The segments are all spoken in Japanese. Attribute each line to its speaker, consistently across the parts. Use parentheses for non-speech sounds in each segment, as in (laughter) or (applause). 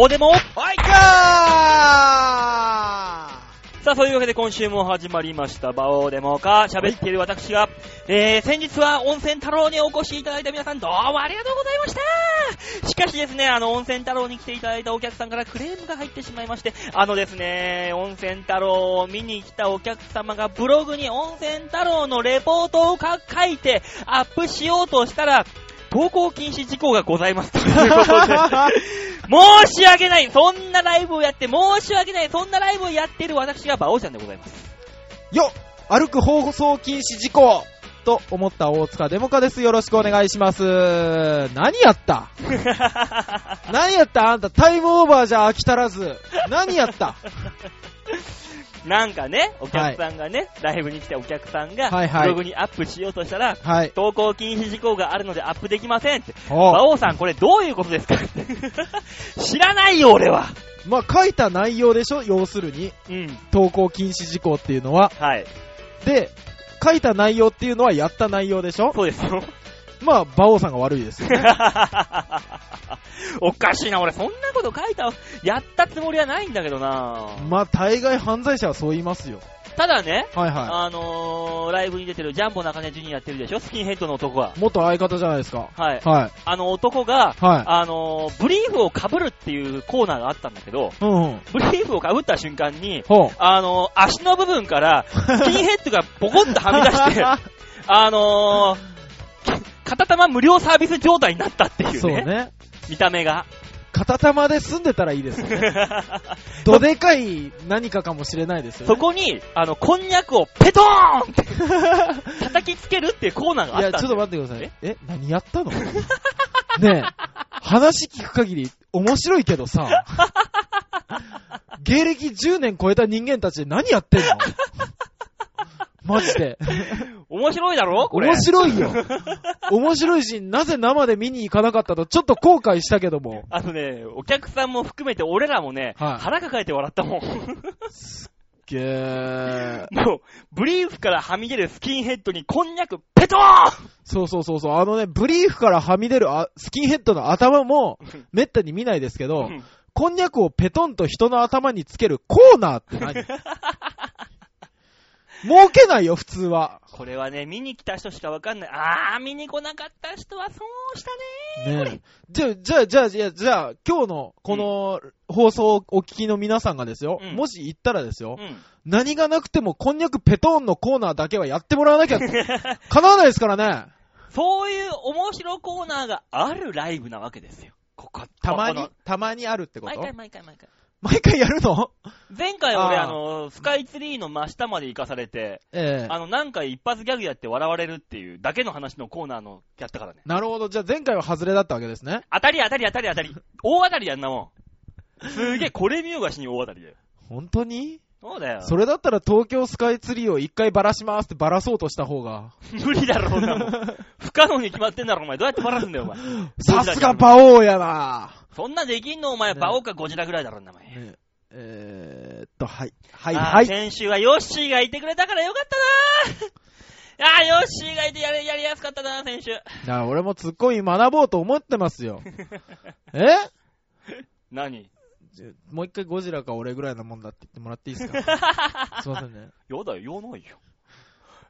Speaker 1: オでも
Speaker 2: はいか
Speaker 1: さあ、そういうわけで今週も始まりました、バオーデモカ。喋っている私が、えー、先日は温泉太郎にお越しいただいた皆さん、どうもありがとうございましたしかしですね、あの、温泉太郎に来ていただいたお客さんからクレームが入ってしまいまして、あのですね、温泉太郎を見に来たお客様がブログに温泉太郎のレポートをか書いて、アップしようとしたら、投稿禁止事項がございますということで。申し訳ないそんなライブをやって、申し訳ないそんなライブをやってる私が馬王ちゃんでござい
Speaker 2: (laughs)
Speaker 1: ます。
Speaker 2: ーよ歩く放送禁止事項と思った大塚デモカです。よろしくお願いします。何やった何やったあんたタイムオーバーじゃ飽き足らず。何や
Speaker 1: (laughs)
Speaker 2: った
Speaker 1: なんかね、お客さんがね、ライブに来たお客さんが、
Speaker 2: はいはい
Speaker 1: ブログにアップしようとしたら、
Speaker 2: はい。
Speaker 1: 投稿禁止事項があるのでアップできませんって。
Speaker 2: お
Speaker 1: 馬王さん、これどういうことですか (laughs) 知らないよ、俺は。
Speaker 2: まあ、書いた内容でしょ要するに。
Speaker 1: うん。
Speaker 2: 投稿禁止事項っていうのは。
Speaker 1: はい。
Speaker 2: で、書いた内容っていうのはやった内容でしょ
Speaker 1: そうですよ。
Speaker 2: まあ、馬王さんが悪いです
Speaker 1: (laughs)
Speaker 2: よ。
Speaker 1: おかしいな、俺、そんなこと書いた、やったつもりはないんだけどな。
Speaker 2: まあ、大概犯罪者はそう言いますよ。
Speaker 1: ただね、
Speaker 2: はいは
Speaker 1: あのー、ライブに出てるジャンボ中根ジュニアやってるでしょスキンヘッドの男が。
Speaker 2: い。元相方じゃないですか。
Speaker 1: はい。
Speaker 2: は
Speaker 1: あの男が、
Speaker 2: い。は
Speaker 1: あのー、ブリーフを被るっていうコーナーがあったんだけど、
Speaker 2: い。うんうん。
Speaker 1: ブリーフを被った瞬間に、
Speaker 2: ほう。
Speaker 1: あのー、足の部分
Speaker 2: (laughs)
Speaker 1: から、スキンヘッドがボコッとはみ出して、あのー、片玉無料サービス状態になったっていうね、
Speaker 2: そうね。
Speaker 1: 見た目が。
Speaker 2: 片玉で済んでたらいい
Speaker 1: (laughs)
Speaker 2: ですよ。どでかい何かかもしれないですよ、
Speaker 1: そ
Speaker 2: ね。
Speaker 1: こに、あの、こんにゃくをペトーンっ
Speaker 2: (laughs)
Speaker 1: て叩きつけるっていうコーナーが
Speaker 2: い
Speaker 1: あ
Speaker 2: や、
Speaker 1: っ
Speaker 2: ち
Speaker 1: た
Speaker 2: ょ
Speaker 1: ん
Speaker 2: っ
Speaker 1: だ
Speaker 2: と
Speaker 1: よ。
Speaker 2: 待ってください。え何やったの (laughs) ねえ、話聞く限り面白いけ
Speaker 1: (laughs)
Speaker 2: どさ、芸歴10年超えた人間たち何や
Speaker 1: (laughs)
Speaker 2: ってんのマジで。
Speaker 1: 面白いだろこれ。
Speaker 2: 面白い
Speaker 1: (laughs)
Speaker 2: よ。面白いし、なぜ生で見に行かなかったとちょっと後悔したけども。
Speaker 1: あのね、お客さんも含めて俺らもね、
Speaker 2: はい
Speaker 1: 腹抱えて笑ったもん。
Speaker 2: げー。
Speaker 1: (laughs) もう、ブリーフからはみ出るスキンヘッドにこんにゃくペトーン
Speaker 2: そうそうそうそう。あのね、ブリーフからはみ出るあスキンヘッドの頭も、めったに見ないですけど、
Speaker 1: うん
Speaker 2: こんにゃくをペトンと人の頭につけるコーナー
Speaker 1: (laughs)
Speaker 2: って何儲けないよ、普通は。
Speaker 1: これはね、見に来た人しかわかんない。あー、見に来なかった人は損をしたねー。こ
Speaker 2: ねえじゃあ、じゃあ、じゃあ、じゃあ、じゃあ今日のこの放送をお聞きの皆さんがですよ、
Speaker 1: うん
Speaker 2: もし行ったらですよ、
Speaker 1: れうん。
Speaker 2: 何がなくてもこんにゃくペトンのコーナーだけはやってもらわな
Speaker 1: (laughs)
Speaker 2: きゃ、叶わないですからね。
Speaker 1: そういう面白コーナーがあるライブなわけですよ。ここ、
Speaker 2: たまに
Speaker 1: ここ、
Speaker 2: たまにあるって
Speaker 1: の
Speaker 2: こ
Speaker 1: 毎
Speaker 2: と
Speaker 1: 回毎回毎回。
Speaker 2: 毎回やるの
Speaker 1: 前回俺、
Speaker 2: あー
Speaker 1: あの、スカイツリーの真下まで行かされて、
Speaker 2: ええ
Speaker 1: あの、何回一発ギャグやって笑われるっていうだけの話のコーナーのやったからね。
Speaker 2: なるほど。じゃあ前回は外れだったわけですね。
Speaker 1: 当たり当たり当たり当た
Speaker 2: (laughs)
Speaker 1: り。大当たりやんなもん。すげえ、これ見よがしに大当たりだよ。
Speaker 2: 本当に
Speaker 1: そうだよ。
Speaker 2: それだったら東京スカイツリーを一回バラしますってバラそうとした方 (laughs) が。
Speaker 1: 無理だろ、そんなも
Speaker 2: (laughs)
Speaker 1: ん。不可能に決まってんだろ、お前。どうやってバラすんだよ、お前。
Speaker 2: さすが馬王や (laughs) な、
Speaker 1: そんなできんの、お前。バオかゴジラぐらいだろ、名前。
Speaker 2: ねえーっと、はい。はい、
Speaker 1: あー
Speaker 2: はい。
Speaker 1: 先週はヨッシーがいてくれたからよかった
Speaker 2: (laughs)
Speaker 1: なーあー、ヨッシーがいてやれやりやすかったな、先週。
Speaker 2: だから俺もツッコミ学ぼうと思ってます (laughs) よ。え
Speaker 1: 何
Speaker 2: じゃもう一回ゴジラか俺ぐらいなもんだって言ってもらっていいです (laughs) かすいませんね。
Speaker 1: やだよ、言わないよ。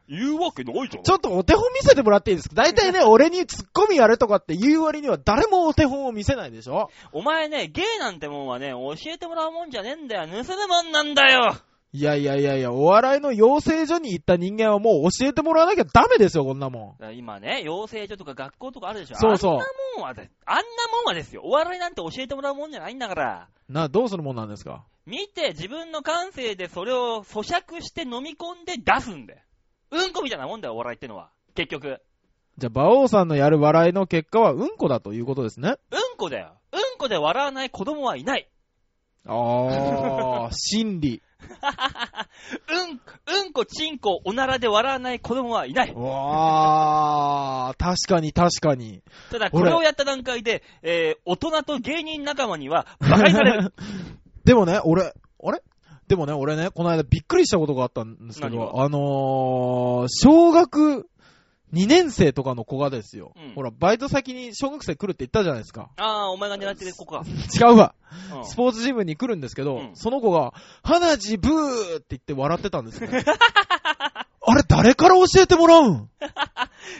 Speaker 1: 言うわけないじゃん
Speaker 2: ちょっとお手本見せてもらっていいですか大体 (laughs) ね、俺にツッコミやれとかって言う割には誰もお手本を見せないでしょ
Speaker 1: お前ね、ゲイなんてもんはね、教えてもらうもんじゃねえんだよ。盗むもんなんだよ。
Speaker 2: いやいやいやいや、お笑いの養成所に行った人間はもう教えてもらわなきゃダメですよ、こんなもん。
Speaker 1: だから今ね、養成所とか学校とかあるでしょ。
Speaker 2: そうそう
Speaker 1: あんなもんはで、あんなもんはですよ。お笑いなんて教えてもらうもんじゃないんだから。
Speaker 2: な、どうするもんなんですか
Speaker 1: 見て、自分の感性でそれを咀嚼して飲み込んで出すんだよ。うんこみたいなもんだよ、お笑いってのは。結局。
Speaker 2: じゃあ、馬王さんのやる笑いの結果はうんこだということですね。
Speaker 1: うんこだよ。うんこで笑わない子供はいない。
Speaker 2: あー、心理。
Speaker 1: うん、うんこ、ちんこ、おならで笑わない子供はいない。
Speaker 2: わー、確かに確かに。
Speaker 1: ただ、これをやった段階で、えー、大人と芸人仲間には、馬鹿にされる。
Speaker 2: (laughs) でもね、俺、あれでもね、俺ね、この間びっくりしたことがあったんですけ
Speaker 1: 何
Speaker 2: ど、あのー、小学2年生とかの子がですよ、
Speaker 1: うん
Speaker 2: ほら、バイト先に小学生来るって言ったじゃないですか。
Speaker 1: ああ、お前が狙ってる子か。
Speaker 2: 違う
Speaker 1: う
Speaker 2: わ。
Speaker 1: ん
Speaker 2: スポーツジムに来るんですけど、
Speaker 1: うん
Speaker 2: その子が、花地ブーって言って笑ってたんですね。 (laughs) あれ、誰から教えてもらうん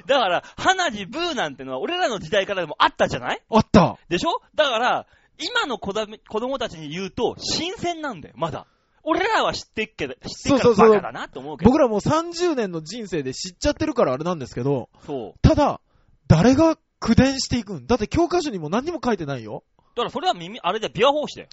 Speaker 1: だから、花地ブーなんてのは俺らの時代からでもあったじゃない
Speaker 2: あった。
Speaker 1: でしょだから、今の子だめ子供たちに言うと、新鮮なんだよ、まだ。俺らは知ってっけど、知ってっ
Speaker 2: そう
Speaker 1: か
Speaker 2: そう
Speaker 1: ら
Speaker 2: そう
Speaker 1: バカだなって思うけど。
Speaker 2: 僕らもう30年の人生で知っちゃってるからあれなんですけど、
Speaker 1: そう。
Speaker 2: ただ、誰が苦伝していくんだって教科書にも何にも書いてないよ。
Speaker 1: だからそれは耳、あれでビア法師だよ。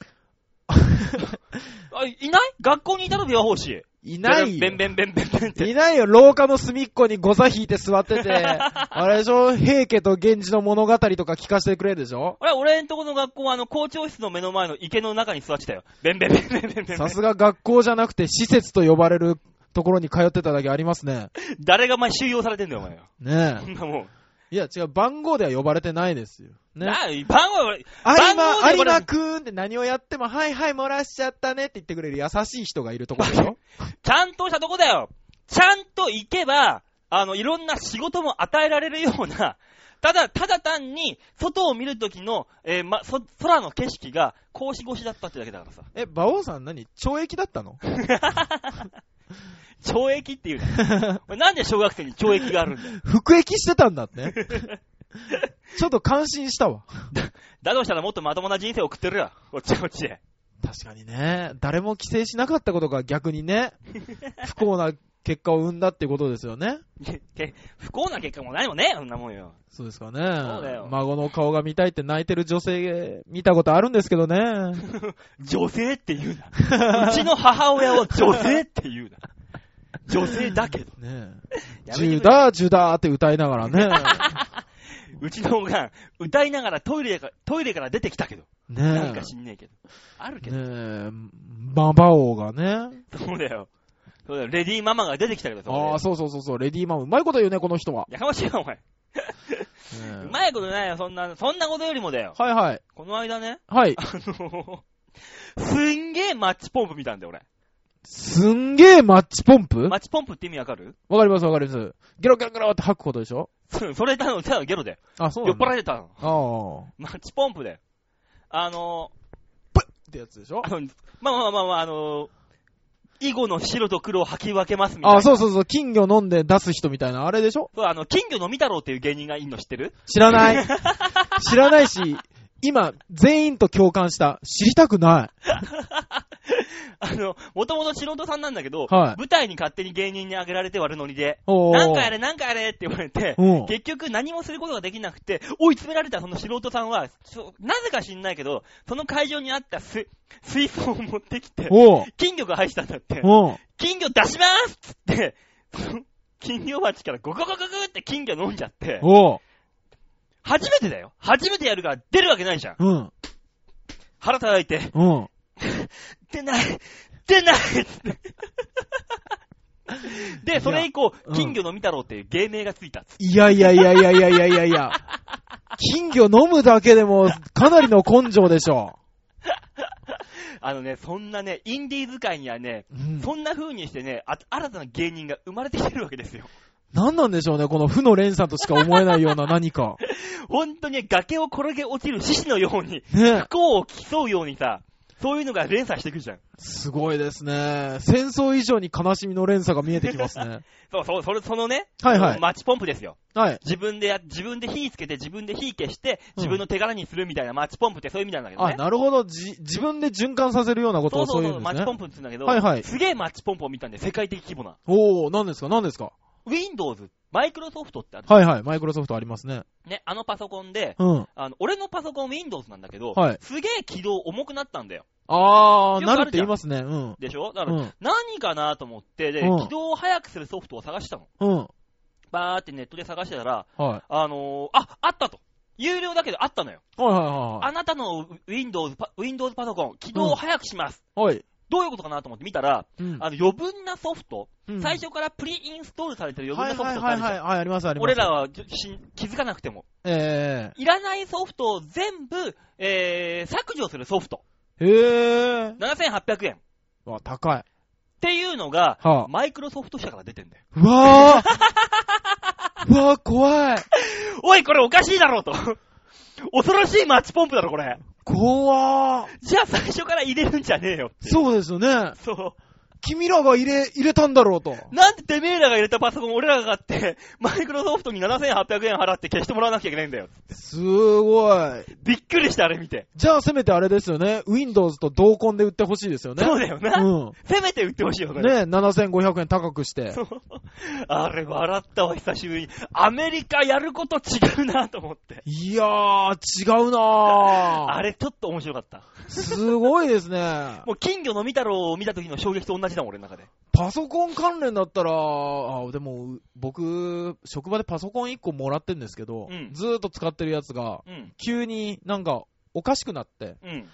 Speaker 1: あいない学校にいたのビア法師。
Speaker 2: いない
Speaker 1: ベ
Speaker 2: よ
Speaker 1: ン。ベンベンベンベンベンって。
Speaker 2: いないよ、廊下の隅っこにゴザ引いて座ってて、あれでしょ、平家と源氏の物語とか聞かせてくれるで
Speaker 1: (laughs)
Speaker 2: しょ
Speaker 1: あれ、俺んとこの学校はあの、校長室の目の前の池の中に座ってたよ。ベンベンベンベンベンベンベン。
Speaker 2: さすが学校じゃなくて施設と呼ばれるところに通ってただけありますね。
Speaker 1: 誰がお前収容されてんだよ、お前は。
Speaker 2: ね
Speaker 1: そんなもん。
Speaker 2: え。いや、違う、番号では呼ばれてないですよ。ね。
Speaker 1: なあ、番号は俺、
Speaker 2: 有
Speaker 1: 番号
Speaker 2: 馬、
Speaker 1: で呼
Speaker 2: 有
Speaker 1: ばれ
Speaker 2: 馬くーんって何をやっても、はいはい漏らしちゃったねって言ってくれる優しい人がいるところでしょ
Speaker 1: ちゃんとしたとこだよ。ちゃんと行けば、あの、いろんな仕事も与えられるような、 (laughs) ただ、ただ単に、外を見るときの、えーま、そ、空の景色が、格子越しだったってだけだからさ。
Speaker 2: え、馬王さん何懲役だったの
Speaker 1: 懲役っていうなお前なんで小学生に懲役があるんだよ。
Speaker 2: 服役してたんだ
Speaker 1: (laughs)
Speaker 2: って。ちょっと感心したわ。
Speaker 1: だとしたらもっとまともな人生送ってるよ。こっちこっちで。
Speaker 2: 確かにね、誰も規制しなかったことが逆にね、不幸な結果を生んだってことですよね。
Speaker 1: けけ不幸な結果も何もねえよそんなもんよ。
Speaker 2: そうですかね
Speaker 1: うだよ。
Speaker 2: 孫の顔が見たいって泣いてる女性見たことあるんですけどね。
Speaker 1: 女性って言うな。うちの母親を女性って言うな。女性だけど。
Speaker 2: ねえ。
Speaker 1: や
Speaker 2: ジ
Speaker 1: めて
Speaker 2: ュ
Speaker 1: くれ
Speaker 2: ダージュダーって歌いながらね。
Speaker 1: うちのおかん、歌いながらトイレかトイレから出てきたけど。なん
Speaker 2: ね
Speaker 1: か知んねえけど。ある
Speaker 2: え。
Speaker 1: けど。
Speaker 2: ねえ、マバオがね。
Speaker 1: そうだよ。そうだよ。レディーママが出てきたけど、そこで
Speaker 2: ああ、そうそうそうそう、レディーマン、うまいこと言うね、この人は。
Speaker 1: やかましいよ、お前。う
Speaker 2: ねえ
Speaker 1: まいことないよ、そんな、そんなことよりもだよ。
Speaker 2: はいはい。
Speaker 1: この間ね、
Speaker 2: はい
Speaker 1: あ。の、すんげえマッチポンプ見たんだよ、俺。
Speaker 2: すんげえマッチポンプ
Speaker 1: マッチポンプって意味わかる
Speaker 2: わかりますわかります。ゲロゲロゲロって吐くことでしょ
Speaker 1: そそれたの、ただゲロだよ。
Speaker 2: あ、そう
Speaker 1: 酔
Speaker 2: な
Speaker 1: っ払
Speaker 2: んだ。
Speaker 1: ってたの。
Speaker 2: ああ。
Speaker 1: マッチポンプだよ。あの、
Speaker 2: ってやつでしょ
Speaker 1: あのまあまあまあまあ、あの、囲碁の白と黒を吐き分けますみたいな。
Speaker 2: あ、そうそうそう、金魚飲んで出す人みたいな、あれでしょ
Speaker 1: そうあの、金魚のみ太郎っていう芸人がいんの知ってる
Speaker 2: 知ら (laughs) ない。知らないし、今、全員と共感した。知りたくな
Speaker 1: あの、もともと素人さんなんだけど、
Speaker 2: はい
Speaker 1: 舞台に勝手に芸人に挙げられて悪ノリで、
Speaker 2: い。おー
Speaker 1: なんかやれなんかやれって言われて、
Speaker 2: うん。
Speaker 1: 結局何もすることができなくて、追い詰められたその素人さんは、そうなぜか知んないけど、その会場にあった水水槽を持ってきて、
Speaker 2: おー
Speaker 1: 金魚が入ってたんだって、
Speaker 2: おー
Speaker 1: 金魚出しますっつって、その金魚鉢からゴゴゴゴゴって金魚飲んじゃって、
Speaker 2: おー
Speaker 1: 初めてだよ初めてやるから出るわけないじゃん
Speaker 2: うん。
Speaker 1: 腹叩いて、
Speaker 2: うん。
Speaker 1: 出ない出ないってで、それ以降
Speaker 2: う、ん
Speaker 1: 金魚のみ太郎っていう芸名がついたっつって。
Speaker 2: いやいやいやいやいやいやいやいや。金魚飲むだけでも、かなりの根性でしょ。
Speaker 1: あのね、そんなね、インディーズ界にはね、
Speaker 2: うん。
Speaker 1: そんな風にしてね、あ新たな芸人が生まれてきてるわけですよ。
Speaker 2: なんなんでしょうね、この負の連鎖としか思えないような何か。
Speaker 1: 本当に崖を転げ落ちる獅子のように、
Speaker 2: ね
Speaker 1: 不幸を競うようにさ、そういうのが連鎖してくるじゃん。
Speaker 2: すごいですね。戦争以上に悲しみの連鎖が見えてきますね。
Speaker 1: そうそう、それ、そのね、
Speaker 2: (laughs) はいはい
Speaker 1: そのマッチポンプですよ。
Speaker 2: はい。
Speaker 1: 自分でや、自分で火つけて、自分で火消して、
Speaker 2: うん
Speaker 1: 自分の手柄にするみたいなマッチポンプってそういう意味なんだけど
Speaker 2: あ、
Speaker 1: ね。
Speaker 2: なるほど。じ、自分で循環させるようなこと
Speaker 1: そ
Speaker 2: を
Speaker 1: うそ
Speaker 2: そううい
Speaker 1: そう
Speaker 2: うんで
Speaker 1: マ
Speaker 2: す
Speaker 1: ッチポン
Speaker 2: ね。
Speaker 1: プって言うんだけど、
Speaker 2: はいはい
Speaker 1: すげえマッチポンプを見たんで、世界的規模な。
Speaker 2: おー、何ですか何ですか
Speaker 1: Windows、マイクロソフトってある。
Speaker 2: はいはい。マイクロソフトありますね。
Speaker 1: ね、あのパソコンで、
Speaker 2: うん。
Speaker 1: あの、俺のパソコン Windows なんだけど、
Speaker 2: はい
Speaker 1: すげえ起動重くなったんだよ。
Speaker 2: あ
Speaker 1: よくある
Speaker 2: ー、
Speaker 1: じゃん
Speaker 2: なるって言いますね。うん。
Speaker 1: でしょだから、
Speaker 2: うん。
Speaker 1: 何かなと思って、で、
Speaker 2: うん
Speaker 1: 起動を早くするソフトを探したの。
Speaker 2: うん。
Speaker 1: バーってネットで探してたら、
Speaker 2: はい。
Speaker 1: あのーあ、あったと。有料だけどあったのよ。
Speaker 2: はいは
Speaker 1: あなたの Windows パ、Windows パソコン、起動を早くします。
Speaker 2: いはい。はい。
Speaker 1: どういうことかなと思って見たら、
Speaker 2: うん
Speaker 1: あの、余分なソフト、
Speaker 2: うん
Speaker 1: 最初からプリインストールされてる
Speaker 2: は
Speaker 1: 余
Speaker 2: い
Speaker 1: 分な
Speaker 2: は
Speaker 1: ソフ
Speaker 2: い
Speaker 1: トってあるじゃん
Speaker 2: はいはい。はい、ありますあります。
Speaker 1: 俺らはし気づかなくても。
Speaker 2: え
Speaker 1: いらないソフトを全部、えー、削除するソフト。
Speaker 2: え。へえ。
Speaker 1: 7800円。っ
Speaker 2: うわ、高い。
Speaker 1: ていうのが、
Speaker 2: はあ。
Speaker 1: マイクロソフト社から出てんだよ。
Speaker 2: うわーうわぁ、怖い。
Speaker 1: おい、これおかしいだろうと。 (laughs) 恐ろしいマッチポンプだろ、これ。
Speaker 2: 怖ー。
Speaker 1: じゃあ最初から入れるんじゃねえよ。
Speaker 2: そうですよね。
Speaker 1: そ
Speaker 2: 君らが入れ、入れたんだろうと。
Speaker 1: う。なんでてめえらが入れたパソコン俺らが買って、マイクロソフトに7800円払って消してもらわなきゃいけないんだよ。
Speaker 2: すごい。
Speaker 1: びっくりした、あれ見て。
Speaker 2: じゃあせめてあれですよね。Windows と同梱で売ってほしいですよね。
Speaker 1: そうだよな。
Speaker 2: うん。
Speaker 1: せめて売ってほしいよ、これ。
Speaker 2: ねえ、7500円高くして。
Speaker 1: そうあれ、笑ったわ、久しぶりに。アメリカやること違うなと思って。
Speaker 2: いやー、違うな
Speaker 1: あ
Speaker 2: ー。
Speaker 1: れ、ちょっと面白かった。
Speaker 2: すごいですね。
Speaker 1: もう、金魚の見太郎を見た時の衝撃と同じだもん、俺の中で。
Speaker 2: パソコン関連だったら、あでも、僕、職場でパソコン1個もらってんですけど、
Speaker 1: うん
Speaker 2: ずーっと使ってるやつが、
Speaker 1: うん。
Speaker 2: 急になんか、おかしくなって、
Speaker 1: うん。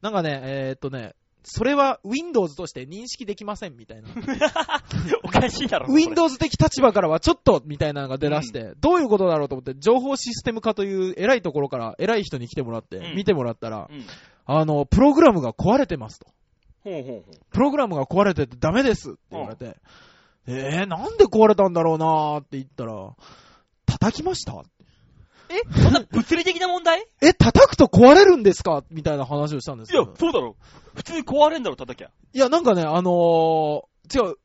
Speaker 2: なんかね、えー、っとね、それは Windows として認識できませんみた
Speaker 1: (laughs)
Speaker 2: いな。
Speaker 1: (laughs) おかしいだろ、これ
Speaker 2: Windows 的立場からはちょっとみたいなのが出だして、どういうことだろうと思って、情報システム化という偉いところから偉い人に来てもらって、
Speaker 1: うん
Speaker 2: 見てもらったら、
Speaker 1: うん。
Speaker 2: あの、プログラムが壊れてますと。
Speaker 1: ほうほうほう。
Speaker 2: プログラムが壊れててダメですって言われて、えー、なんで壊れたんだろうなーって言ったら、叩きました
Speaker 1: えそんな物理的な問題い
Speaker 2: え、叩くと壊れるんですかみたいな話をしたんですけ
Speaker 1: や
Speaker 2: ど。、
Speaker 1: そうだろ。普通に壊れんだろ、叩きゃ。
Speaker 2: いや、なんかね、あのー、違う、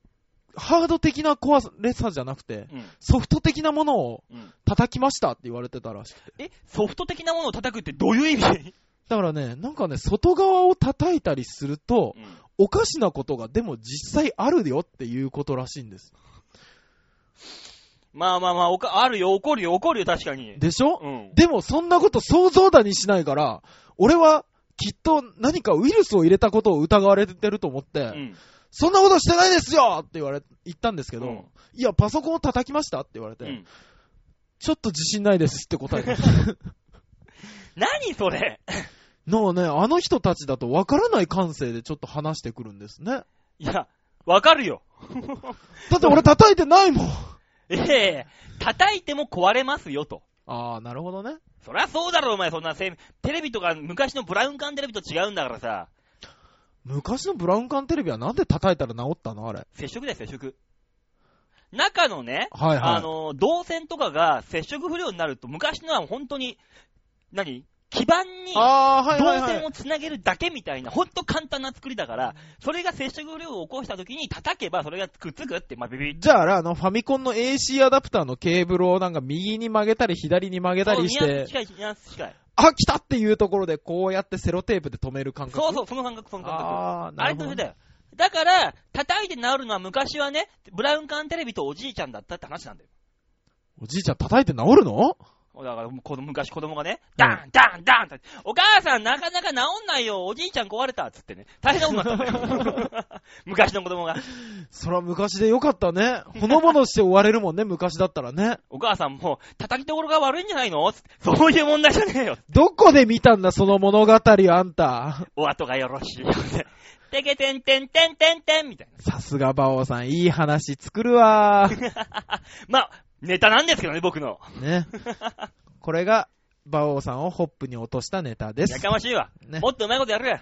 Speaker 2: ハード的な壊れさじゃなくて、
Speaker 1: うん。
Speaker 2: ソフト的なものを
Speaker 1: うん。
Speaker 2: 叩きましたって言われてたらしくて。
Speaker 1: え、ソフト的なものを叩くってどういう意味
Speaker 2: だからね、なんかね、外側を叩いたりすると、
Speaker 1: うん。
Speaker 2: おかしなことがでも実際あるよっていうことらしいんです。
Speaker 1: まあまあまあ、おか、あるよ、怒るよ、怒るよ、確かに。
Speaker 2: でしょ
Speaker 1: うん。
Speaker 2: でもそんなこと想像だにしないから、俺はきっと何かウイルスを入れたことを疑われてると思って、
Speaker 1: うん。
Speaker 2: そんなことしてないですよって言われ、言ったんですけど、
Speaker 1: うん
Speaker 2: いや、パソコンを叩きましたって言われて、
Speaker 1: うん。
Speaker 2: ちょっと自信ないですっ
Speaker 1: (laughs)
Speaker 2: て答えた。
Speaker 1: 何それ (laughs)
Speaker 2: のね、あの人たちだとわからない感性でちょっと話してくるんですね。
Speaker 1: いや、わかるよ。
Speaker 2: だって俺叩いてない
Speaker 1: (laughs)
Speaker 2: もん。
Speaker 1: ええ叩いても壊れますよと。
Speaker 2: あー、なるほどね。
Speaker 1: そりゃそうだろ、お前、そんなせ、テレビとか、昔のブラウン管テレビと違うんだからさ、
Speaker 2: 昔のブラウン管テレビはなんで叩いたら治ったのあれ。
Speaker 1: 接触だよ、接触。中のね、
Speaker 2: はいはい。
Speaker 1: あの、銅線とかが接触不良になると、昔のは本当に、何基板に
Speaker 2: あー、はいはい
Speaker 1: 銅
Speaker 2: はい
Speaker 1: 線。をつなげるだけみたいな、ほんと簡単な作りだから、それが接触不良を起こした時に叩けばそれがくっつくって、まあ、ビビッ
Speaker 2: じゃああれ、あの、ファミコンの AC アダプターのケーブルをなんか右に曲げたり左に曲げたりし
Speaker 1: そうニュアン
Speaker 2: て
Speaker 1: ス、近い、ニュアンス近い。
Speaker 2: あ、来たっていうところでこうやってセロテープで止める感覚。
Speaker 1: そう
Speaker 2: う。
Speaker 1: そう、その感覚、その感覚。
Speaker 2: あー、
Speaker 1: あ
Speaker 2: な
Speaker 1: れ
Speaker 2: る
Speaker 1: と
Speaker 2: ほ
Speaker 1: 一緒
Speaker 2: ど。
Speaker 1: だよ。だから、叩いて治るのは昔はね、ブラウン管テレビとおじいちゃんだったって話なんだよ。
Speaker 2: おじいちゃん叩いて治るの
Speaker 1: だから、子供昔子供がね、
Speaker 2: う
Speaker 1: ダ
Speaker 2: ん
Speaker 1: ン、ダン、ダンって、お母さんなかなか治んないよ、おじいちゃん壊れたっつってね、大変なことになったん
Speaker 2: (laughs)
Speaker 1: だよ。昔の子供が。
Speaker 2: そら昔でよかった
Speaker 1: (laughs)
Speaker 2: ね。ほのぼのして終われるもんね、昔だったらね。
Speaker 1: お母さんも、叩きどころが悪いんじゃないのつってそういう問題じゃねえよ。
Speaker 2: どこで見たんだ、その物語あんた。
Speaker 1: お後がよろ
Speaker 2: (laughs)
Speaker 1: しいよって。てけてんてんてんてんてんみたいな。
Speaker 2: さすが馬王さん、いい話作る
Speaker 1: (laughs)
Speaker 2: わ。
Speaker 1: まあ、ネタなんですけどね、僕の。
Speaker 2: ね。これが、馬王さんをホップに落としたネタで
Speaker 1: や
Speaker 2: す。
Speaker 1: かましいわ。
Speaker 2: ね
Speaker 1: もっとうまいことやる。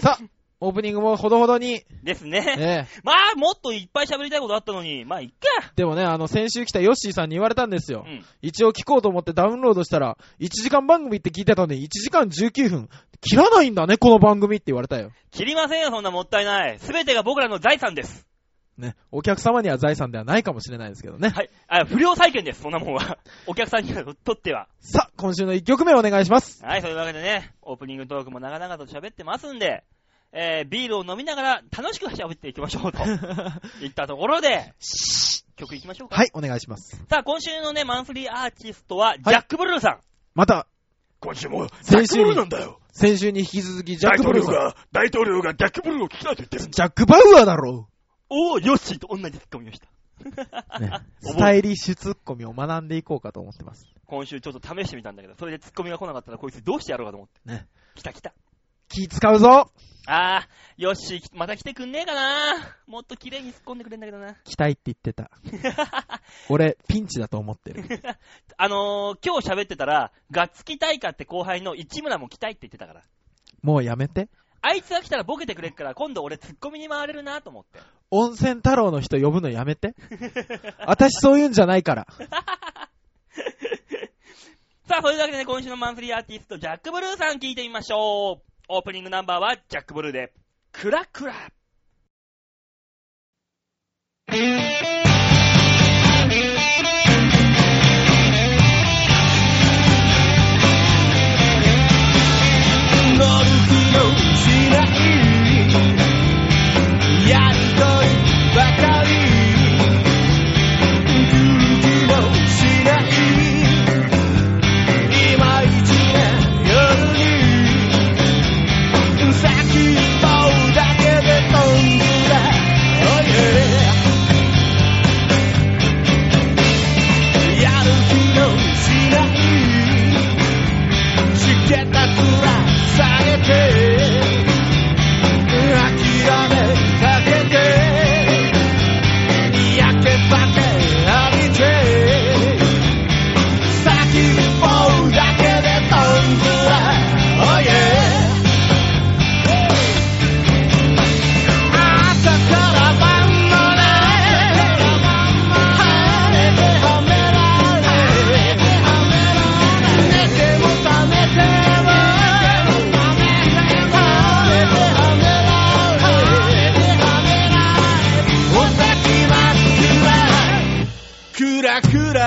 Speaker 2: さあ、オープニングもほどほどに、
Speaker 1: です (laughs) ね。
Speaker 2: ね。
Speaker 1: まあ、もっといっぱい喋りたいことあったのに、まあ、いっか。
Speaker 2: でもね、あの、先週来たヨッシーさんに言われたんですよ
Speaker 1: う。ん。
Speaker 2: 一応聞こうと思ってダウンロードしたら、1時間番組って聞いてたのに、1時間19分。切らないんだね、この番組って言われたよ。
Speaker 1: 切りませんよ、そんなもったいない。すべてが僕らの財産です。
Speaker 2: ね。お客様には財産ではないかもしれないですけどね。
Speaker 1: はい。あ、不良債権です、そんなもんは。 (laughs) お客さんにとっては。
Speaker 2: さあ、今週の1曲目お願いします。
Speaker 1: はい、そういうわけでね、オープニングトークも長々と喋ってますんで、えー、ビールを飲みながら楽しく喋っていきま
Speaker 3: (laughs)
Speaker 1: しょうと。いったところで、曲いきましょうか。
Speaker 2: はい、お願いします。
Speaker 1: さあ、今週のね、マンスリーアーティストは、ジャック・ブルーさん。
Speaker 2: また、
Speaker 3: 今週も、ジャ
Speaker 2: 先
Speaker 3: ック
Speaker 2: 週
Speaker 3: ブ
Speaker 2: に
Speaker 3: ルーなんだよ。
Speaker 2: 先週に引き続きジャッ
Speaker 3: 大
Speaker 2: ク・ブ
Speaker 3: 統
Speaker 2: ル
Speaker 3: 領
Speaker 2: ーさん。
Speaker 3: が、大統領がジャックブルーを聞きたいと言ってるんだ。
Speaker 2: ジャック・バウアーだろ
Speaker 1: おー、ヨッシーと同じツッコミをした。
Speaker 2: う、ね、スタイリッシュツッコミを学んでいこうかと思ってます。
Speaker 1: 今週ちょっと試してみたんだけど、それでツッコミが来なかったらこいつどうしてやろうかと思って。
Speaker 2: ね。
Speaker 1: 来た来た。
Speaker 2: 気使うぞ
Speaker 1: あー、よし、また来てくんねえかなもっと綺麗に突っ込んでくれんだけどな。
Speaker 2: (laughs) 期待って言ってた。 (laughs) 俺、ピンチだと思ってる。
Speaker 1: あのー、今日喋ってたら、がっつきたいかって後輩の市村も来たいって言ってたから。
Speaker 2: もうやめて。
Speaker 1: あいつが来たらボケてくれっから、今度俺ツッコミに回れるなと思って。
Speaker 2: 温泉太郎の人呼ぶのやめて。私そういうんじゃないから。
Speaker 1: (laughs) さあ、そういうわけでね、今週のマンスリーアーティスト、ジャック・ブルーさん聞いてみましょう。オープニングナンバーは、ジャック・ブルーで、クラクラ。
Speaker 4: 乗る気のしないやりとりばかり来る気もしない今一年夜に先っぽだけで飛んでた Oh yeah やる気のしないしけたくら下げて諦めかけてやけばけ浴びて先っぽだけで飛んずら Oh yeah 朝から晩まで晴れてはめられ寝ても覚めても晴れてはめられお先真っ暗クラクラ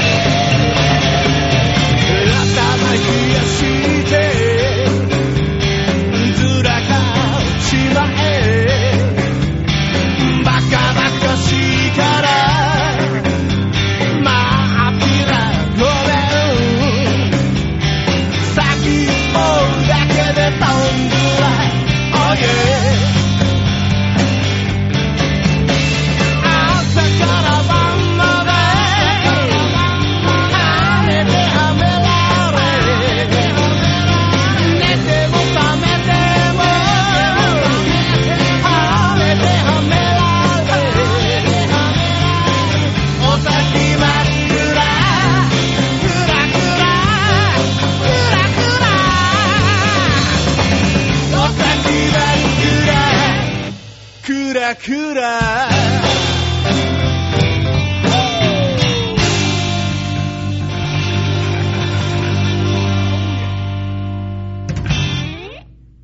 Speaker 4: 頭冷やしてずらかしまえバカバカしいからまあきらごめん先っぽだけで飛んでら Oh yeah 朝から晩まで晴れて雨られ寝ても覚めても晴れて雨られお先真っ暗クラクラクラクラお先真っ暗クラクラ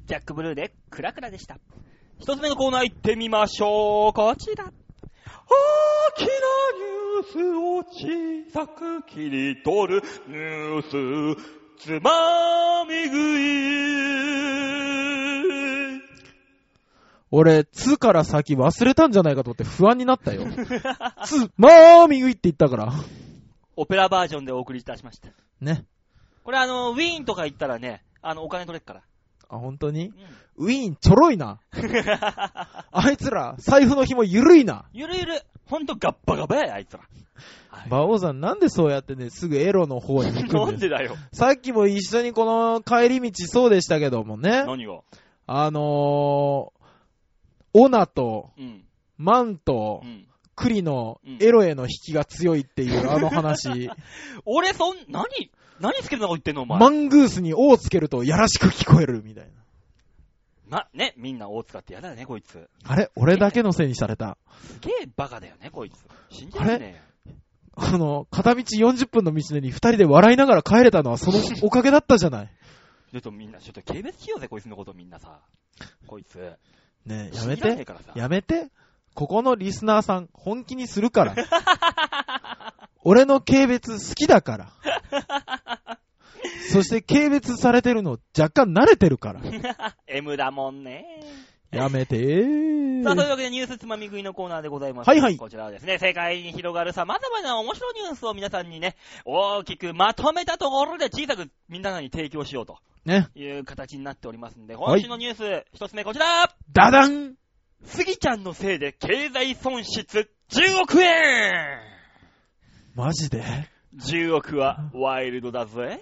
Speaker 1: ジャック・ブルーで、クラクラでした。一つ目のコーナー行ってみましょう。こちら。大きなニュースを小さく切り取るニュース、つまみ食い。
Speaker 2: 俺、つから先忘れたんじゃないかと思って不安になったよ。つ、まーみぐいって言ったから。
Speaker 1: オペラバージョンでお送りいたしました。
Speaker 2: ね。
Speaker 1: これあの、ウィーンとか行ったらね、あの、お金取れっから。
Speaker 2: あ、本当に
Speaker 1: うん
Speaker 2: ウィーンちょろいな。あいつら、財布の紐ゆるいな。
Speaker 1: (laughs) ゆるゆる。ほんとガッバガバや、あい (laughs) つら。はい
Speaker 2: 馬王さん、なんでそうやってね、すぐエロの方に行くんです
Speaker 1: なんでだよ。
Speaker 2: さっきも一緒にこの帰り道そうでしたけどもね。
Speaker 1: 何が。
Speaker 2: あのー、オナと、
Speaker 1: うん。
Speaker 2: マンと
Speaker 1: う、ん。
Speaker 2: 栗の
Speaker 1: うん
Speaker 2: エロへの引きが強いって (laughs) いうあの話、
Speaker 1: 俺、そん、何何好きなこと言ってんの、お前。
Speaker 2: マングースに「お」をつけるとやらしく聞こえるみたいな。
Speaker 1: な、ね、みんな大塚ってやだよね、こいつ。
Speaker 2: あれ俺だけのせいにされた。
Speaker 1: すげえバカだよね、こいつ。信じられね
Speaker 2: この、片道40分の道のりに二人で笑いながら帰れたのはそのおかげだったじゃない。
Speaker 1: えよ。ちょっとみんな、ちょっと軽蔑しようぜ、こいつのことみんなさ。こいつ。
Speaker 2: ねえ、やめ
Speaker 1: 信じられねえか
Speaker 2: て。
Speaker 1: らさ。
Speaker 2: やめて。ここのリスナーさん、 (laughs) 本気にするから。俺の軽蔑好きだから。
Speaker 1: (laughs)
Speaker 2: そして軽蔑されてるの若干慣れてるから。
Speaker 1: M だもんね。
Speaker 2: やめて
Speaker 1: (laughs)
Speaker 2: ー
Speaker 1: さあ、というわけでニュースつまみ食いのコーナーでございます。
Speaker 2: はいはい
Speaker 1: こちらはですね、世界に広がるさまざまな面白いニュースを皆さんにね、大きくまとめたところで小さくみんなに提供しようと
Speaker 2: ね。
Speaker 1: いう形になっておりますんで、
Speaker 2: はい
Speaker 1: 今週のニュース、一つ目こちら
Speaker 2: ダダン
Speaker 1: スギちゃんのせいで経済損失10億円
Speaker 2: マジで
Speaker 1: !10 億はワイルドだぜ。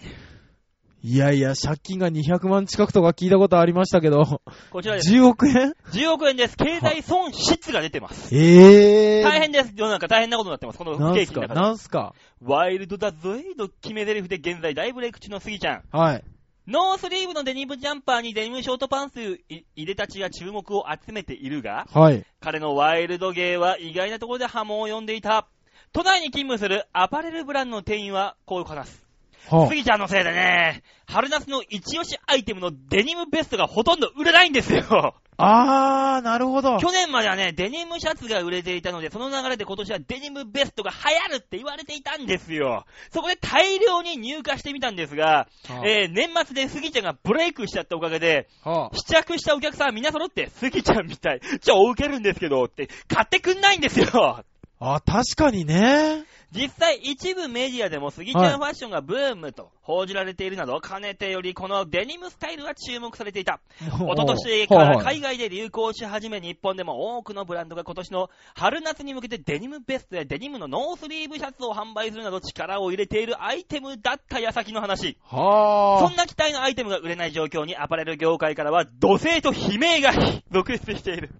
Speaker 2: いやいや、借金が200万近くとか聞いたことありましたけど、
Speaker 1: こちらです。
Speaker 2: 10億円
Speaker 1: 10億円です。経済損失が出てます。
Speaker 2: ええー。
Speaker 1: 大変です。世の中大変なことになってます。この不
Speaker 2: な
Speaker 1: 景気
Speaker 2: んす
Speaker 1: の
Speaker 2: か
Speaker 1: 中で。
Speaker 2: なんすか
Speaker 1: ワイルドだぜの決め台詞で現在大ブレイク中のスギちゃん。
Speaker 2: はい。
Speaker 1: ノースリーブのデニムジャンパーにデニムショートパンツいいでたちが注目を集めているが、
Speaker 2: はい。
Speaker 1: 彼のワイルド芸は意外なところで波紋を呼んでいた。都内に勤務するアパレルブランドの店員はこう話す。
Speaker 2: は
Speaker 1: スギちゃんのせいでね、春夏の一押しアイテムのデニムベストがほとんど売れないんですよ。
Speaker 2: あ、あー、なるほど。
Speaker 1: 去年まではね、デニムシャツが売れていたので、その流れで今年はデニムベストが流行るって言われていたんですよ。そこで大量に入荷してみたんですが、
Speaker 2: は
Speaker 1: えー、年末でスギちゃんがブレイクしちゃったおかげで、
Speaker 2: あはあ
Speaker 1: 試着したお客さんはみんな揃って、スギちゃんみたい、超ウケるんですけど、って、買ってくんないんですよ。
Speaker 2: あ、確かにね。
Speaker 1: 実際、一部メディアでもスギちゃんファッションがブームと報じられているなど、かねてよりこのデニムスタイルは注目されていた。
Speaker 2: (laughs)
Speaker 1: おととしから海外で流行し始め、日本でも多くのブランドが今年の春夏に向けてデニムベストやデニムのノースリーブシャツを販売するなど力を入れているアイテムだった矢先の話。
Speaker 2: は
Speaker 1: そ
Speaker 2: あ
Speaker 1: ん。な期待のアイテムが売れない状況にアパレル業界からは土星と悲鳴が続出している。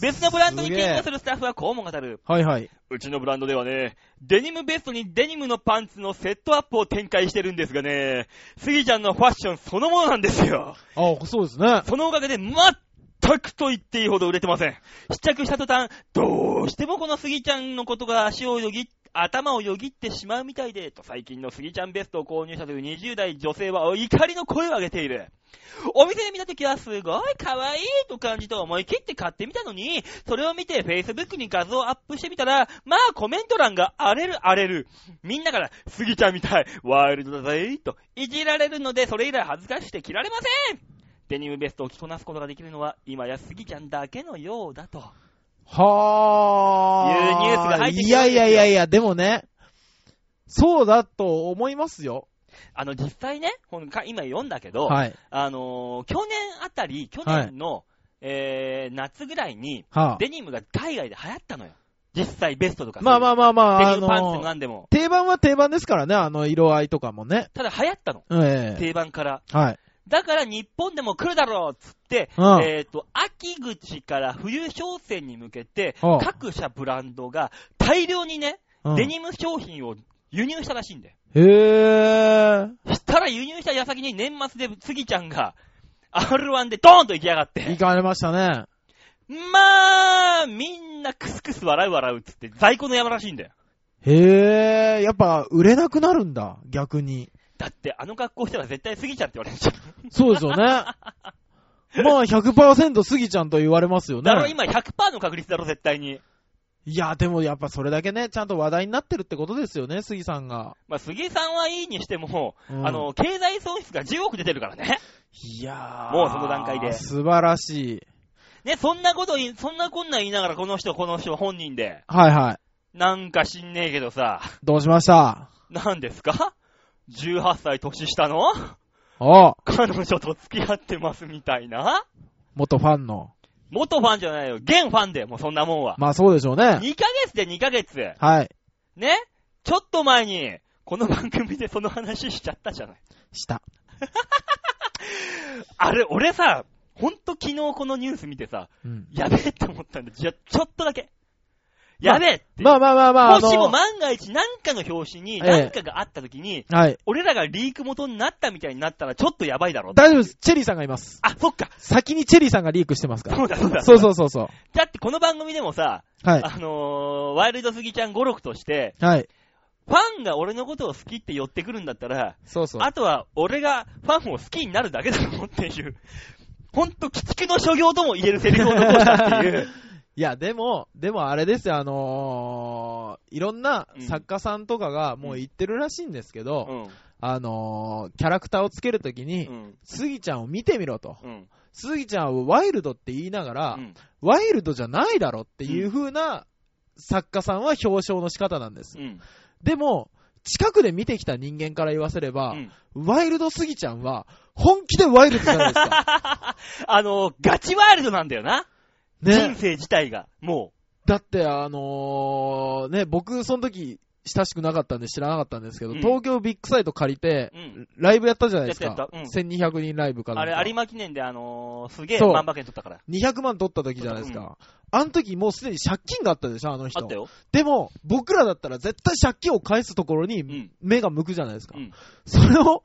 Speaker 1: 別のブランドに
Speaker 2: すげえ
Speaker 1: 勤務するスタッフはこうも語る。
Speaker 2: はいはい。
Speaker 1: うちのブランドではね、デニムベストにデニムのパンツのセットアップを展開してるんですがね、スギちゃんのファッションそのものなんですよ。
Speaker 2: あ、そうですね。
Speaker 1: そのおかげで全くと言っていいほど売れてません。試着した途端、どうしてもこのスギちゃんのことが足をよぎっ、頭をよぎってしまうみたいで、と最近のスギちゃんベストを購入したという20代女性は怒りの声を上げている。お店で見たときはすごい可愛いと感じて思い切って買ってみたのに、それを見て Facebook に画像をアップしてみたら、まあコメント欄が荒れる荒れる。みんなから、スギちゃんみたい、ワイルドだぜ、といじられるので、それ以来恥ずかしくて着られませんデニムベストを着こなすことができるのは、今やスギちゃんだけのようだと。
Speaker 2: はあ。
Speaker 1: いうニュースが入ってきてるんですよ
Speaker 2: いやいやいやいや、でもね、そうだと思いますよ。
Speaker 1: あの、実際ね、ほんか今読んだけど、
Speaker 2: はい。
Speaker 1: あのー去年あたり、去年の、えー、夏ぐらいに、
Speaker 2: はあ。
Speaker 1: デニムが海外で流行ったのよ。実際ベストとか。
Speaker 2: まあま
Speaker 1: あ、
Speaker 2: あまあまあ、あ
Speaker 1: デニムパンツでも
Speaker 2: の、
Speaker 1: なんでも。
Speaker 2: 定番は定番ですからね、あの、色合いとかもね。
Speaker 1: ただ流行ったの。
Speaker 2: ええ
Speaker 1: 定番から。
Speaker 2: はい。
Speaker 1: だから日本でも来るだろうっつって、
Speaker 2: うん
Speaker 1: えっ、と、秋口から冬商戦に向けて、
Speaker 2: うん
Speaker 1: 各社ブランドが大量にね、
Speaker 2: うん
Speaker 1: デニム商品を輸入したらしいんだよ。
Speaker 2: へえ。
Speaker 1: したら輸入した矢先に年末でスギちゃんが R1 でドーンと行きやがっ
Speaker 2: 行
Speaker 1: て。
Speaker 2: かれましたね。
Speaker 1: まあ、みんなクスクス笑う笑うっつって在庫の山らしいんだよ。
Speaker 2: へえ、やっぱ売れなくなるんだ、逆
Speaker 1: (laughs)
Speaker 2: に。
Speaker 1: だってあの格好したら絶対スギちゃんって言われちゃう。
Speaker 2: そうですよね。まあ100%スギちゃんと言われますよ
Speaker 1: だろ
Speaker 2: ね。
Speaker 1: 今100%の確率だろ絶対に。
Speaker 2: いや、でもやっぱそれだけね、ちゃんと話題になってるってことですよね、スギさんが。
Speaker 1: まあ杉さんはいいにしても、
Speaker 2: うん
Speaker 1: あの、経済損失が10億出てるからね。
Speaker 2: いやー
Speaker 1: もうその段階で
Speaker 2: 素晴らしい。
Speaker 1: ね、そんなこと言い、そんなこんなん言いながらこの人この人本人で。
Speaker 2: はいはい。
Speaker 1: なんか知んねえけどさ、
Speaker 2: どうしました
Speaker 1: なんですか ?18 歳年下の
Speaker 2: お
Speaker 1: 彼女と付き合ってますみたいな
Speaker 2: 元ファンの。
Speaker 1: 元ファンじゃないよ。現ファンで、もうそんなもんは。
Speaker 2: まあそうでしょうね。
Speaker 1: 2ヶ月で2ヶ月。
Speaker 2: はい。
Speaker 1: ねちょっと前に、この番組でその話しちゃったじゃない。
Speaker 2: した。
Speaker 1: あれ、俺さ、ほんと昨日このニュース見てさ、
Speaker 2: うん。
Speaker 1: やべえって思ったんだ。じゃ、ちょっとだけ。やべえって。
Speaker 2: まあまあまあまあ、あ
Speaker 1: もしも
Speaker 2: の、
Speaker 1: 万が一何かの表紙に
Speaker 2: ええ
Speaker 1: 何かがあった時に、
Speaker 2: はい。
Speaker 1: 俺らがリーク元になったみたいになったらちょっとやばいだろ。
Speaker 2: 大丈夫です。チェリーさんがいます。
Speaker 1: あ、そっか。
Speaker 2: 先にチェリーさんがリークしてますから。
Speaker 1: そうだそうだ。
Speaker 2: そうそうそうそう。
Speaker 1: だってこの番組でもさ、
Speaker 2: はい。
Speaker 1: あのー、ワイルドスギちゃん語録として、
Speaker 2: はい。
Speaker 1: ファンが俺のことを好きって寄ってくるんだったら、
Speaker 2: そうそう。
Speaker 1: あとは俺がファンを好きになるだ (laughs) けだろっていう、ほんと鬼畜の所業とも言えるセリフを残したって
Speaker 2: (laughs)
Speaker 1: いう。
Speaker 2: いや、でも、でもあれですよ、あのーいろんな
Speaker 1: うん
Speaker 2: 作家さんとかがもう言ってるらしいんですけど、
Speaker 1: うん。
Speaker 2: あのーキャラクターをつけるときに、
Speaker 1: うん。
Speaker 2: スギちゃんを見てみろと。
Speaker 1: うん。
Speaker 2: スギちゃんをワイルドって言いながら、
Speaker 1: うん
Speaker 2: ワイルドじゃないだろっていう風な作家さんは表彰の仕方なんです。
Speaker 1: うん。
Speaker 2: でも、近くで見てきた人間から言わせれば、
Speaker 1: うん
Speaker 2: ワイルドスギちゃんは本気でワイルドじゃないで
Speaker 1: (laughs)
Speaker 2: すか。
Speaker 1: あの、ガチワイルドなんだよな。人
Speaker 2: ね。
Speaker 1: 生自体が。も
Speaker 2: だってあのーね、僕その時親しくなかったんで知らなかったんですけど、
Speaker 1: うん
Speaker 2: 東京ビッグサイト借りて
Speaker 1: う。、うん。
Speaker 2: ライブやったじゃないです
Speaker 1: やったや
Speaker 2: か
Speaker 1: っ。たうん
Speaker 2: 1200人ライブかな
Speaker 1: あ
Speaker 2: んか
Speaker 1: れ、有馬記念であのー、すげえ
Speaker 2: そう
Speaker 1: 万馬券取ったから。
Speaker 2: 200万取った時じゃないですか。あの時もうすでに借金があったでしょ、あの人。
Speaker 1: あったよ。
Speaker 2: でも、僕らだったら絶対借金を返すところ
Speaker 1: う
Speaker 2: に
Speaker 1: ん。
Speaker 2: 目が向くじゃないですか。
Speaker 1: うん
Speaker 2: それを、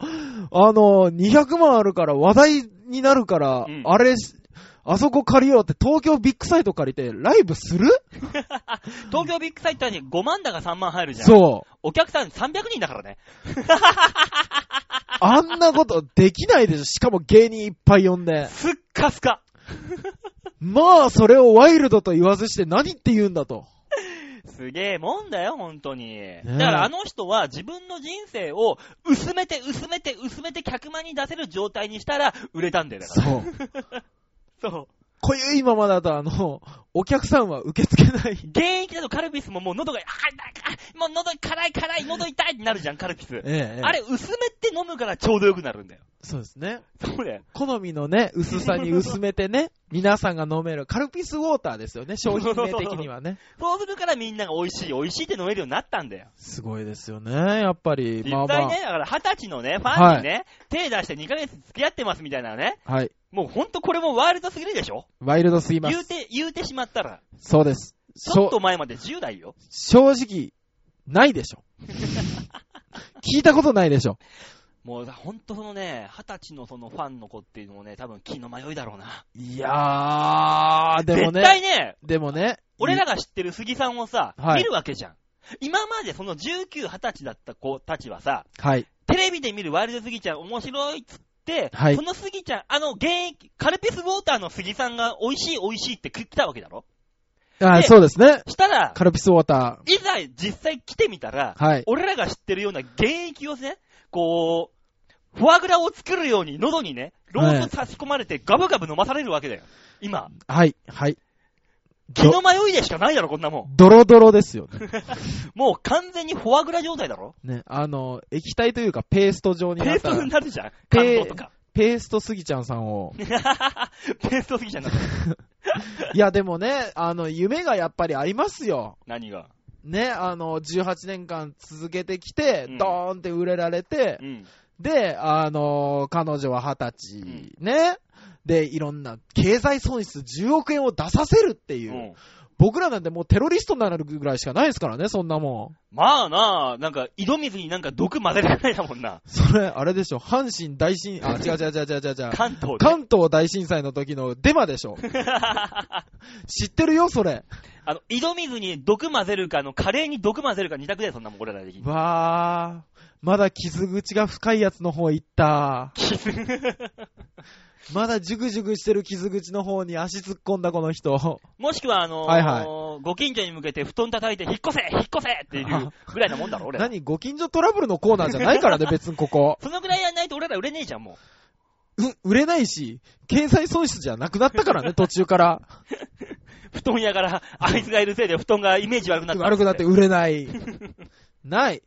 Speaker 2: あの、200万あるから話題になるから、
Speaker 1: うん
Speaker 2: あれ、あそこ借りようって東京ビッグサイト借りてライブする
Speaker 1: 東京ビッグサイトに5万だが3万入るじゃん。
Speaker 2: そう。
Speaker 1: お客さん300人だからね。
Speaker 2: あんなことできないでしょ。しかも芸人いっぱい呼んで。
Speaker 1: すっかすか。
Speaker 2: まあ、それをワイルドと言わずして何って言うんだと。
Speaker 1: すげえもんだよ、本当に。
Speaker 2: え
Speaker 1: だからあの人は自分の人生を薄めて薄めて薄めて客間に出せる状態にしたら売れたんだよ、だか (laughs)
Speaker 2: そう。
Speaker 1: ら。そう。
Speaker 2: こういう今まだと、あの、お客さんは受け付けない。
Speaker 1: 現役だとカルピスももう喉が、あ、あもう喉辛い辛い、喉痛いってなるじゃん、カルピス。
Speaker 2: ええ
Speaker 1: あれ、薄めって飲むからちょうどよくなるんだよ。
Speaker 2: そうですね。
Speaker 1: そうだよ。
Speaker 2: 好みのね、薄さに薄めて (laughs) ね、皆さんが飲めるカルピスウォーターですよね、商品名的にはね。
Speaker 1: そうするからみんなが美味しい、美味しいって飲めるようになったんだよ。
Speaker 2: (laughs) すごいですよね、やっぱり。
Speaker 1: 実
Speaker 2: まあま
Speaker 1: 際ね、だから二十歳のね、ファンにね、手出して2ヶ月付き合ってますみたいなね、
Speaker 2: あ。はい。
Speaker 1: もうほんとこれもワイルドすぎるでしょ
Speaker 2: ワイルドすぎま
Speaker 1: 言う
Speaker 2: す。
Speaker 1: て、言うてしまったら、
Speaker 2: そうです。
Speaker 1: ちょっ
Speaker 2: しょ
Speaker 1: と前まで10代よ。
Speaker 2: 正直、ないでし (laughs) ょ。聞いたことないでしょ。
Speaker 1: もうほんとそのね、二十歳のそのファンの子っていうのもね、多分気の迷いだろうな。
Speaker 2: いやー、でも
Speaker 1: 絶対
Speaker 2: ね、
Speaker 1: ね、
Speaker 2: でもね、
Speaker 1: 俺らが知ってる杉さんをさ、
Speaker 2: はい
Speaker 1: 見るわけじゃん。今までその19、20歳だった子たちはさ、
Speaker 2: はい。
Speaker 1: テレビで見るワイルド杉ちゃん面白いっつって、
Speaker 2: はい
Speaker 1: その杉ちゃん、あの現役、カルピスウォーターの杉さんが美味しい美味しいって来たわけだろ
Speaker 2: あ
Speaker 1: で
Speaker 2: そうですね。
Speaker 1: したら、
Speaker 2: カルピスウォータ
Speaker 1: いざ実際来てみたら、
Speaker 2: ー。はい。
Speaker 1: 俺らが知ってるような現役をね、こう、フォアグラを作るように喉にね、ロース差し込まれてガブガブ飲まされるわけだよ。今、
Speaker 2: はい。はい。
Speaker 1: 気の迷いでしかないだろ、こんなもん。
Speaker 2: ドロドロですよね。
Speaker 1: もう完全にフォアグラ状態だろ
Speaker 2: ね、あの、液体というかペースト状に
Speaker 1: ペ
Speaker 2: な
Speaker 1: ー
Speaker 2: っ
Speaker 1: スト
Speaker 2: た
Speaker 1: に
Speaker 2: ら、
Speaker 1: なるじゃん。
Speaker 2: ペ
Speaker 1: 感動とか。
Speaker 2: ペーストすぎちゃんさんを、
Speaker 1: ペ (laughs) ーストすぎじゃなくて。
Speaker 2: いや、でもね、あの、夢がやっぱりありますよ。
Speaker 1: 何が。
Speaker 2: ね、あの、18年間続けてきて、
Speaker 1: うん
Speaker 2: ドーンって売れられて
Speaker 1: う、ん。
Speaker 2: で、あの、彼女は20歳、ね。で、いろんな経済損失10億円を出させるっていうう、
Speaker 1: ん。
Speaker 2: 僕らなんてもうテロリストになるぐらいしかないですからね、そんなもん。
Speaker 1: まあなあ、なんか、井戸水になんか毒混ぜられないだもんな。
Speaker 2: それ、あれでしょ、阪神大震、あ、違う違う違う違う違う違う。
Speaker 1: 関東で。
Speaker 2: 関東大震災の時のデマで (laughs) しょ。知ってるよ、それ。
Speaker 1: あの、井戸水に毒混ぜるか、あの、カレーに毒混ぜるか二択だよ、そんなもん、俺らできる。
Speaker 2: わー、まだ傷口が深いやつの方行った。まだジュクジュクしてる傷口の方に足突っ込んだこの人。
Speaker 1: もしくは、あのー
Speaker 2: はいは
Speaker 1: ご近所に向けて布団叩いて、引っ越せ引っ越せって
Speaker 2: (laughs)
Speaker 1: いうぐらいなもんだろ、俺ら。
Speaker 2: 何ご近所トラブルのコーナーじゃないから (laughs) ね、別にここ。
Speaker 1: そのぐらいやんないと俺ら売れねえじゃん、も
Speaker 2: う、売れないし、経済損失じゃなくなった (laughs) からね、途中から。
Speaker 1: う。布団屋から、あいつがいるせいで布団がイメージ悪くなった。
Speaker 2: 悪くなって。売れ (laughs) ない。ない。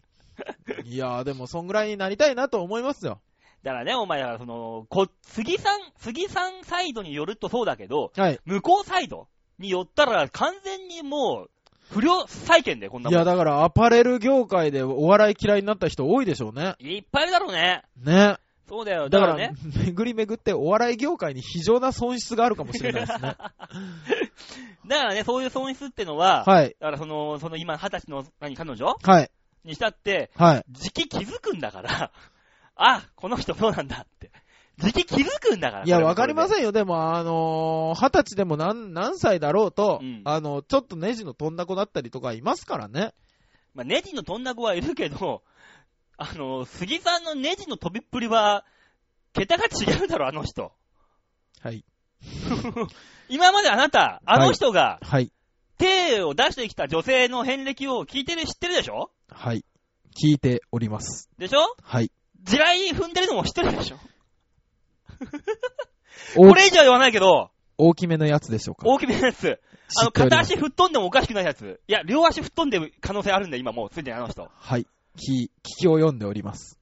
Speaker 2: いやー、でもそんぐらいになりたいなと思いますよ。
Speaker 1: だからね、お前は、その、こ、杉さん、杉さんサイドによるとそうだけど、
Speaker 2: はい。
Speaker 1: 向こうサイドに寄ったら完全にもう、不良債権で、こんないも
Speaker 2: や、
Speaker 1: ん。
Speaker 2: だからアパレル業界でお笑い嫌いになった人多いでしょうね。
Speaker 1: いっぱいいるだろうね。
Speaker 2: ね。
Speaker 1: そうだよ。だ
Speaker 2: だ
Speaker 1: か
Speaker 2: からら、
Speaker 1: ね。
Speaker 2: 巡り巡ってお笑い業界に非常な損失があるかもしれないです
Speaker 1: (laughs)
Speaker 2: ね。
Speaker 1: だからね、そういう損失ってのは、
Speaker 2: はい。
Speaker 1: だからその、その今二十歳の、何、彼女
Speaker 2: はい。
Speaker 1: にしたって、
Speaker 2: はい。
Speaker 1: 時期気づくんだから、 (laughs) あ、この人そうなんだって。時期気づくんだから。
Speaker 2: いや、わかりま
Speaker 1: ん。
Speaker 2: せんよ。でも、あのー、二十歳でも何、何歳だろうと、
Speaker 1: うん
Speaker 2: あの、ちょっとネジの飛んだ子だったりとかいますからね。
Speaker 1: まあ、ネジの飛んだ子はいるけど、 (laughs) あの、杉さんのネジの飛びっぷりは、桁が違うだろ、あの人。
Speaker 2: はい。
Speaker 1: (laughs) 今まであなた、あの人が、
Speaker 2: はい。
Speaker 1: 手を出してきた女性の遍歴を聞いてる、知ってるでしょ
Speaker 2: はい。聞いております。
Speaker 1: でしょ
Speaker 2: はい。
Speaker 1: 地雷踏んでるのも知ってるでしょ
Speaker 2: 大
Speaker 1: こ
Speaker 2: き
Speaker 1: れ以上は言わないけど、
Speaker 2: 大きめのやつでしょうか。
Speaker 1: 大きめのやつ。あ
Speaker 2: 知
Speaker 1: の、
Speaker 2: っており
Speaker 1: 片
Speaker 2: ます
Speaker 1: 足吹っ飛んでもおかしくないやつ。いや、両足吹っ飛んでる可能性あるんだよ、今もう、すでにあの人。
Speaker 2: はい。き聞きを読んでおります。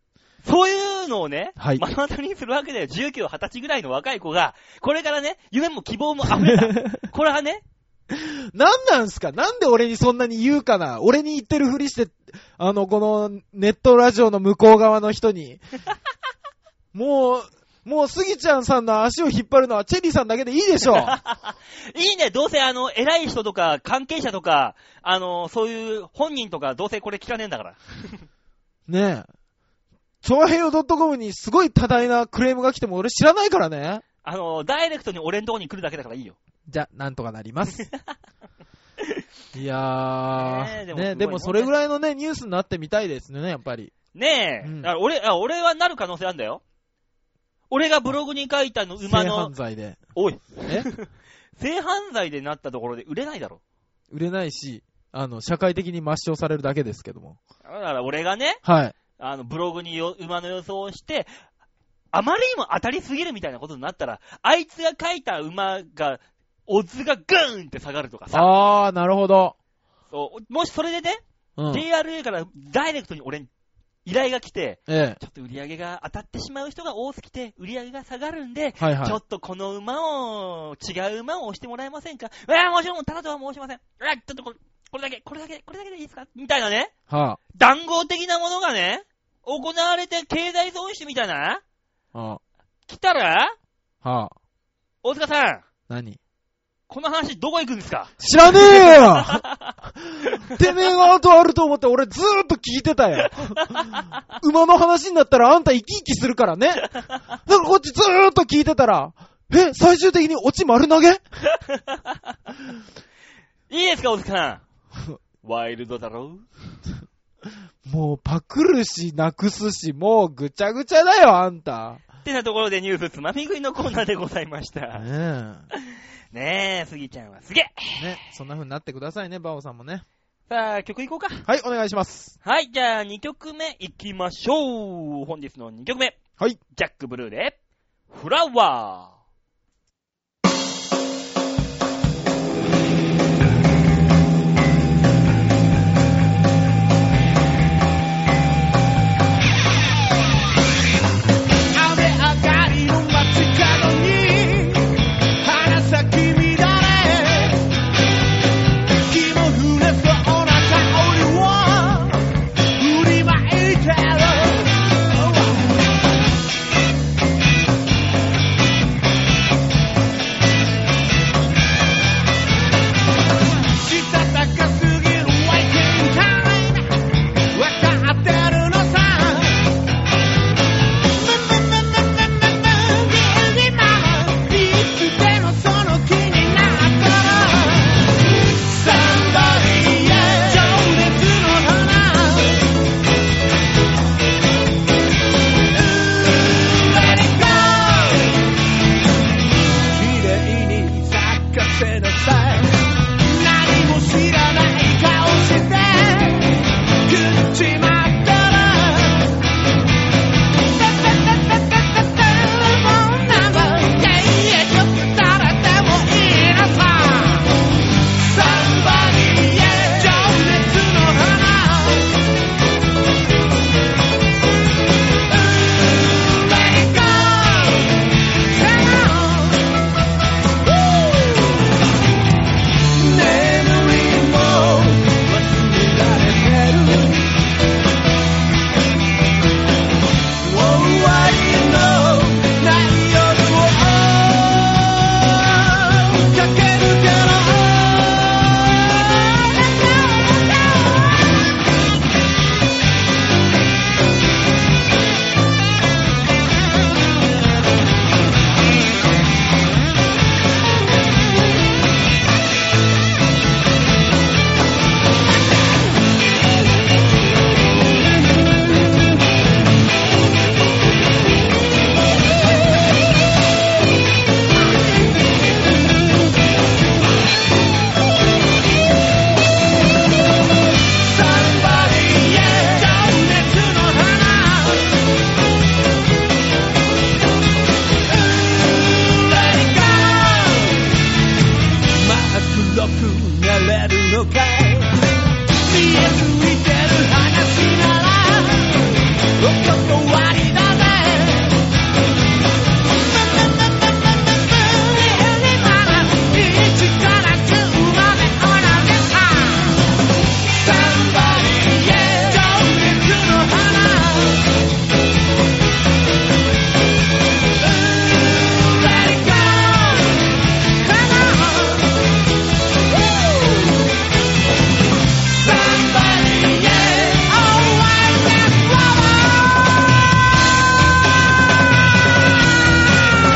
Speaker 1: そういうのをね、
Speaker 2: はい
Speaker 1: 目の当たりにするわけで、19、20歳ぐらいの若い子が、これからね、夢も希望も溢
Speaker 2: (laughs)
Speaker 1: れた。これはね、
Speaker 2: なんなんすかなんで俺にそんなに言うかな俺に言ってるふりして、あの、このネットラジオの向こう側の人 (laughs) に。もう、もうスギちゃんさんの足を引っ張るのはチェリーさんだけでいいでしょう。 (laughs)
Speaker 1: いいね、どうせあの、偉い人とか、関係者とか、あの、そういう本人とか、どうせこれ聞かねえんだから。
Speaker 2: ねえ。長平洋 .com にすごい多大なクレームが来ても俺知らないからね。
Speaker 1: あの、ダイレクトに俺んとこに来るだけだからいいよ。
Speaker 2: じゃ、なんとかなります。 (laughs) いや
Speaker 1: ねえでもすご
Speaker 2: ー、ね
Speaker 1: い
Speaker 2: でもそれぐらいのね、ニュースになってみたいですね、やっぱり。
Speaker 1: ねえ、
Speaker 2: うん
Speaker 1: だから俺、あ俺はなる可能性あるんだよ。俺がブログに書いたの
Speaker 2: 性
Speaker 1: 馬の
Speaker 2: 犯、罪で。
Speaker 1: おい、
Speaker 2: え
Speaker 1: (laughs) 性犯罪でなったところで売れないだろ。
Speaker 2: 売れないし、あの、社会的に抹消されるだけですけども。
Speaker 1: だから俺がね、
Speaker 2: はい。
Speaker 1: あの、ブログによ馬の予想をして、あまりにも当たりすぎるみたいなことになったら、あいつが書いた馬が、オッズがグーンって下がるとかさ。
Speaker 2: あー、なるほど。
Speaker 1: そうもしそれでね、
Speaker 2: うん。
Speaker 1: JRA からダイレクトに俺に依頼が来て、
Speaker 2: ええ。
Speaker 1: ちょっと売り上げが当たってしまう人が多すぎて、売り上げが下がるんで、
Speaker 2: はいはい。
Speaker 1: ちょっとこの馬を、違う馬を押してもらえませんかうわもちろん、ただとは申しません。うわちょっとこれ、これだけ、これだけ、これだけでいいですかみたいなね、
Speaker 2: は
Speaker 1: 談合的なものがね、行われて経済損失みたいな
Speaker 2: あ、は
Speaker 1: 来たら、
Speaker 2: あ、はあ、
Speaker 1: 大塚さん、
Speaker 2: 何
Speaker 1: この話どこ行くんですか
Speaker 2: 知らねえ (laughs) よてめえが後あると思って俺ずーっと聞いてたよ。馬の話になったらあんた生き生きするからね。だからこっちずーっと聞いてたら、え、最終的にオチ丸投げ
Speaker 1: いいですか、大塚さん。 (laughs) ワイルドだろ
Speaker 2: もうパクるし、なくすし、もうぐちゃぐちゃだよ、あんた。
Speaker 1: ってなところでニュースつまみ食いのコーナーでございました。
Speaker 2: ね
Speaker 1: ねえ、スギちゃんはすげえ
Speaker 2: え。ね、そんな風になってくださいね、バオさんもね。
Speaker 1: さあ、曲いこうか。
Speaker 2: はい、お願いします。
Speaker 1: はい、じゃあ2曲目いきましょう。本日の2曲目。
Speaker 2: はい。
Speaker 1: ジャック・ブルーで、フラワー。
Speaker 4: 雨上がりの街角に花咲き乱れ気も触れそうな香りを振りまいてるえすぎてる話ならお断りだぜ1から10まで同じさ Somebody yeah 情熱の花 Let it go. Come on. Somebody, yeah. Oh, I got trouble.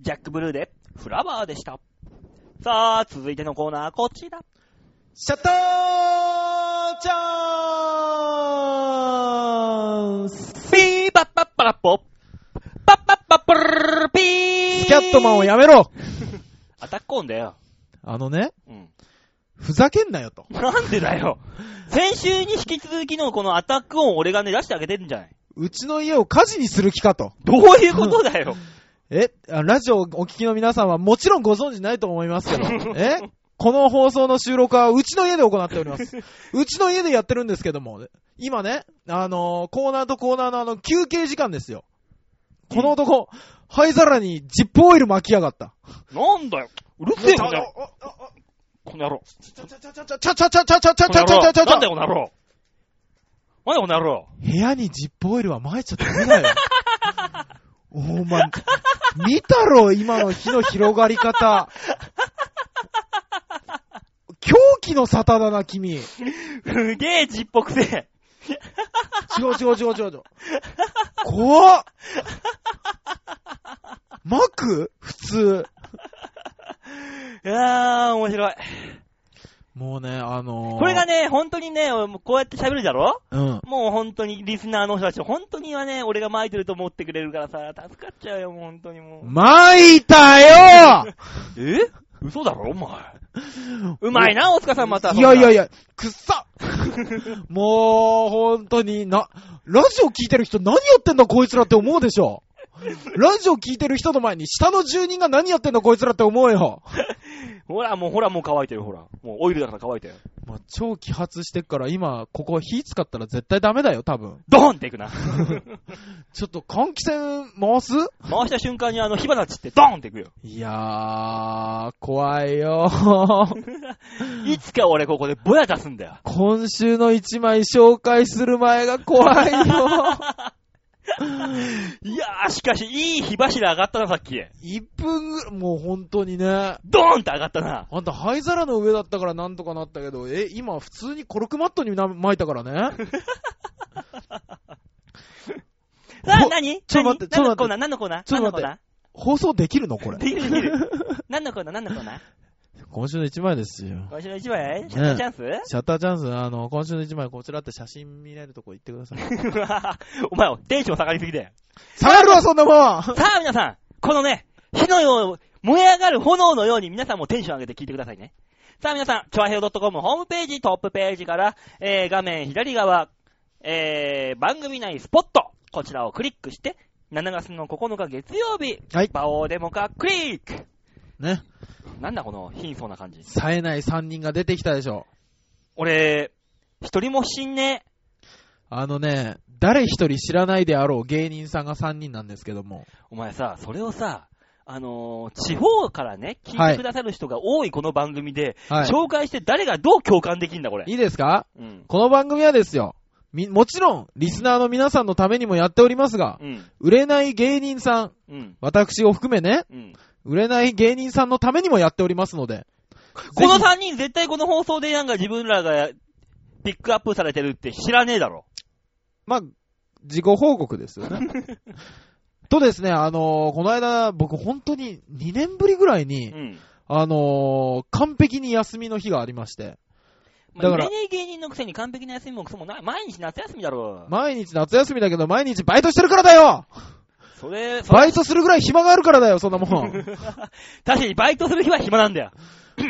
Speaker 1: ジャックブルーで、フラワーでした。さあ、続いてのコーナー、こちら。
Speaker 2: シャッターチャンス
Speaker 1: ピーパッパッパラッポ。パッパッパッパルピー
Speaker 2: スキャットマンをやめろ
Speaker 1: アタックオンだよ。
Speaker 2: あのね、
Speaker 1: うん。
Speaker 2: ふざけんなよと。
Speaker 1: なんでだよ。先週に引き続きのこのアタック音俺がね出してあげてるんじゃないう
Speaker 2: ちの家を火事にする気かと。
Speaker 1: どういうことだよ。
Speaker 2: え、あラジオをお聞きの皆さんはもちろんご存知ないと思いますけど、えこの放送の収録はうちの家で行っております。うちの家でやってるんですけども、今ね、あのーコーナーとコーナーのあの、休憩時間ですよ。この男、灰皿にジップオイル巻きやがった。
Speaker 1: なんだよ。うるせえよ、この野郎
Speaker 2: おおお
Speaker 1: この野郎。
Speaker 2: ちゃちゃちゃちゃちゃちゃちゃ
Speaker 1: こ
Speaker 2: ちゃ
Speaker 1: の
Speaker 2: ちゃ
Speaker 1: 野郎。
Speaker 2: ちゃち
Speaker 1: な
Speaker 2: ゃ
Speaker 1: んだよ、この野郎。なんだよ、この野郎。
Speaker 2: 部屋にジップオイルは撒いちゃダメだよ。お前、見たろ、今の火の広がり方。狂気の沙汰だな、君。違う
Speaker 1: すげえちっぽくせ
Speaker 2: 違う違う違う違う。怖っ巻く普通。
Speaker 1: え。いやー、面白い。
Speaker 2: もうね、あのー、
Speaker 1: これがね、本当にね、もうこうやって喋るじゃろ
Speaker 2: うん。
Speaker 1: もう本当にリスナーの人たち、本当にはね、俺が巻いてると思ってくれるからさ、助かっちゃうよ、もう本当にもう。
Speaker 2: 巻いたよ
Speaker 1: え嘘だろ、お前。うまいな、大塚さんまた。
Speaker 2: いやいやい
Speaker 1: や。
Speaker 2: や、くっさもう、本当に、な、ラジオ聞いてる人何やってんだこいつらって思うでしょ。ラジオ聞いてる人の前に下の住人が何やってんだこいつらって思うよ。
Speaker 1: ほら、もうほら、もう乾いてる、ほら。もうオイルだから乾いてる。
Speaker 2: まあ、超揮発してっから今、ここ火使ったら絶対ダメだよ、多分。
Speaker 1: ドーンってい
Speaker 2: (laughs)
Speaker 1: くな。
Speaker 2: ちょっと換気扇回す
Speaker 1: 回した瞬間にあの火花散ってドーンっていくよ。
Speaker 2: いやー、怖いよ。 (laughs)
Speaker 1: いつか俺ここでぼや出すんだよ。
Speaker 2: 今週の一枚紹介する前が怖いよ。
Speaker 1: いやー、しかし、いい火柱上がったな、さっき。
Speaker 2: 1分ぐらい、もう本当にね。
Speaker 1: ドーンって上がったな。
Speaker 2: あんた灰皿の上だったからなんとかなったけど、え、今普通にコルクマットにな巻いたからね。
Speaker 1: さあ、
Speaker 2: ほ
Speaker 1: 何
Speaker 2: ちょっと待ってちょっと待って
Speaker 1: 何のコーナー
Speaker 2: ちょ
Speaker 1: 何
Speaker 2: っと
Speaker 1: の
Speaker 2: 待
Speaker 1: コ
Speaker 2: っ
Speaker 1: ーナー
Speaker 2: て (laughs) 放送できるのこれ
Speaker 1: 何のコーナー。できるできる。何のコーナー何のコーナー
Speaker 2: 今週の一枚ですよ。
Speaker 1: 今週の一枚シャッターチャンス、
Speaker 2: シャッターチャンス、あの、今週の一枚こちらって写真見れるとこ行ってくだ (laughs) さい。
Speaker 1: うわぁ (laughs) お前、テンション下がりすぎだよ。
Speaker 2: 下がるわ、そんなもん
Speaker 1: さあ、皆さん、このね、火のよう、燃え上がる炎のように皆さんもテンション上げて聞いてくださいね。さあ、皆さん、チョアヘオ .com ホームページ、トップページから、えー、画面左側、えー、番組内スポット、こちらをクリックして、7月の9日月曜日、
Speaker 2: はい
Speaker 1: バオーデモカクリック
Speaker 2: ね。
Speaker 1: なんだこの貧相な感じ。
Speaker 2: 冴えない3人が出てきたでしょ。
Speaker 1: 俺、一人も死んね
Speaker 2: あのね、誰一人知らないであろう芸人さんが3人なんですけども。
Speaker 1: え。お前さ、それをさ、あのー地方からね、聞いてくださる人が多いこの番組で、
Speaker 2: はい。
Speaker 1: 紹介して誰がどう共感できんだ、これ。
Speaker 2: いいですか
Speaker 1: うん。
Speaker 2: この番組はですよ。み、もちろん、リスナーの皆さんのためにもやっておりますが、
Speaker 1: うん。
Speaker 2: 売れない芸人さん、
Speaker 1: うん。
Speaker 2: 私を含めね、
Speaker 1: うん。
Speaker 2: 売れない芸人さんのためにもやっておりますので。
Speaker 1: (laughs) この
Speaker 2: ぜ
Speaker 1: 3人絶対この放送でなんか自分らがピックアップされてるって知らねえだろ。
Speaker 2: ひまあ、自己報告ですよ
Speaker 1: (laughs)
Speaker 2: ね。とですね、あのーこの間、僕本当に2年ぶりぐらいうに、
Speaker 1: ん。
Speaker 2: あのー完璧に休みの日がありまして、
Speaker 1: まあ、
Speaker 2: だ
Speaker 1: 売
Speaker 2: から
Speaker 1: れねえ芸人のくせに完璧な休みもクソもない。毎日夏休みだろ。
Speaker 2: 毎日夏休みだけど毎日バイトしてるからだよ
Speaker 1: それ、それ
Speaker 2: バイトするぐらい暇があるからだよ、そんなもん。
Speaker 1: (laughs) 確かにバイトする日は暇なんだよ。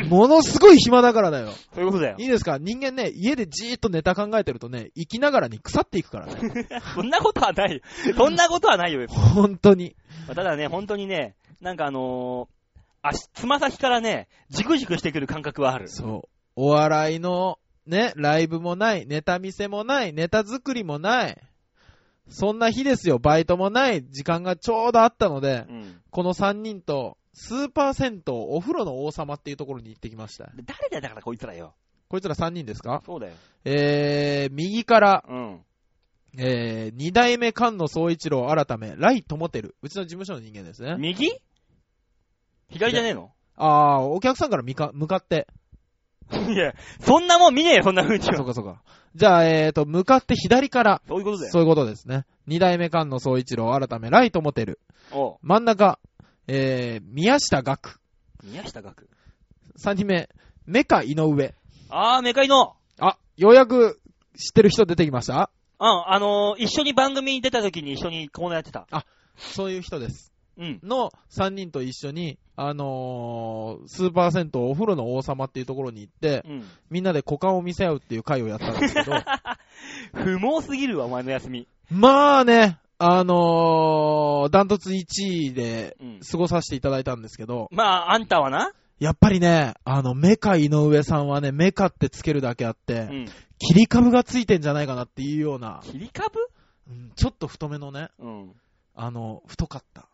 Speaker 2: ものすごい暇だからだよ。
Speaker 1: そういうことだよ
Speaker 2: い。いですか人間ね、家でじーっとネタ考えてるとね、生きながらに腐っていくか
Speaker 1: (laughs)
Speaker 2: らね。
Speaker 1: そんなことはないよ。そんなことはないよ。
Speaker 2: 本当に。
Speaker 1: まあただね、本当にね、なんかあのー足、つま先からね、じくじくしてくる感覚はある。
Speaker 2: そう。お笑いの、ね、ライブもない、ネタ見せもない、ネタ作りもない。そんな日ですよ。バイトもない時間がちょうどあったので、
Speaker 1: うん。
Speaker 2: この3人と、スーパー銭湯お風呂の王様っていうところに行ってきました。
Speaker 1: で誰だよだからこいつらよ。
Speaker 2: こいつら3人ですか
Speaker 1: そうだよ。
Speaker 2: えー、右から、
Speaker 1: うん。
Speaker 2: えー、2代目菅野総一郎改め、ライトモテル。うちの事務所の人間ですね。
Speaker 1: 右左じゃねえの
Speaker 2: あー、お客さんから向か向かって。
Speaker 1: いや、そんなもん見ねえよ、そんな風には。
Speaker 2: そうかそうか。じゃあ、えーと、向かって左から、
Speaker 1: そういうことだよ。
Speaker 2: そういうことですね。二代目菅野総一郎改め、ライトモテル。
Speaker 1: おう
Speaker 2: 真ん中、えー、宮下岳。
Speaker 1: 宮下学。
Speaker 2: 三人目、メカ井上。
Speaker 1: あー、メカイの。
Speaker 2: あ、ようやく知ってる人出てきました
Speaker 1: うん、あのー一緒に番組に出た時に一緒にコーナーやってた。
Speaker 2: そういう人です。
Speaker 1: うん。
Speaker 2: の三人と一緒に、あのー、スーパー銭湯お風呂の王様っていうところに行って、
Speaker 1: うん。
Speaker 2: みんなで股間を見せ合うっていう会をやったんで
Speaker 1: (laughs)
Speaker 2: すけど、
Speaker 1: 不毛すぎるわ、お前の休み。
Speaker 2: まあね、あのー、ダントツ1位で
Speaker 1: うん。
Speaker 2: 過ごさせていただいたんですけど、
Speaker 1: まあ、あんたはな。
Speaker 2: やっぱりね、あの、メカ井上さんはね、メカってつけるだけあって、
Speaker 1: うん。
Speaker 2: 切り株がついてんじゃないかなっていうような、
Speaker 1: 切り株
Speaker 2: うんちょっと太めのね、
Speaker 1: うん。
Speaker 2: あの、太かった。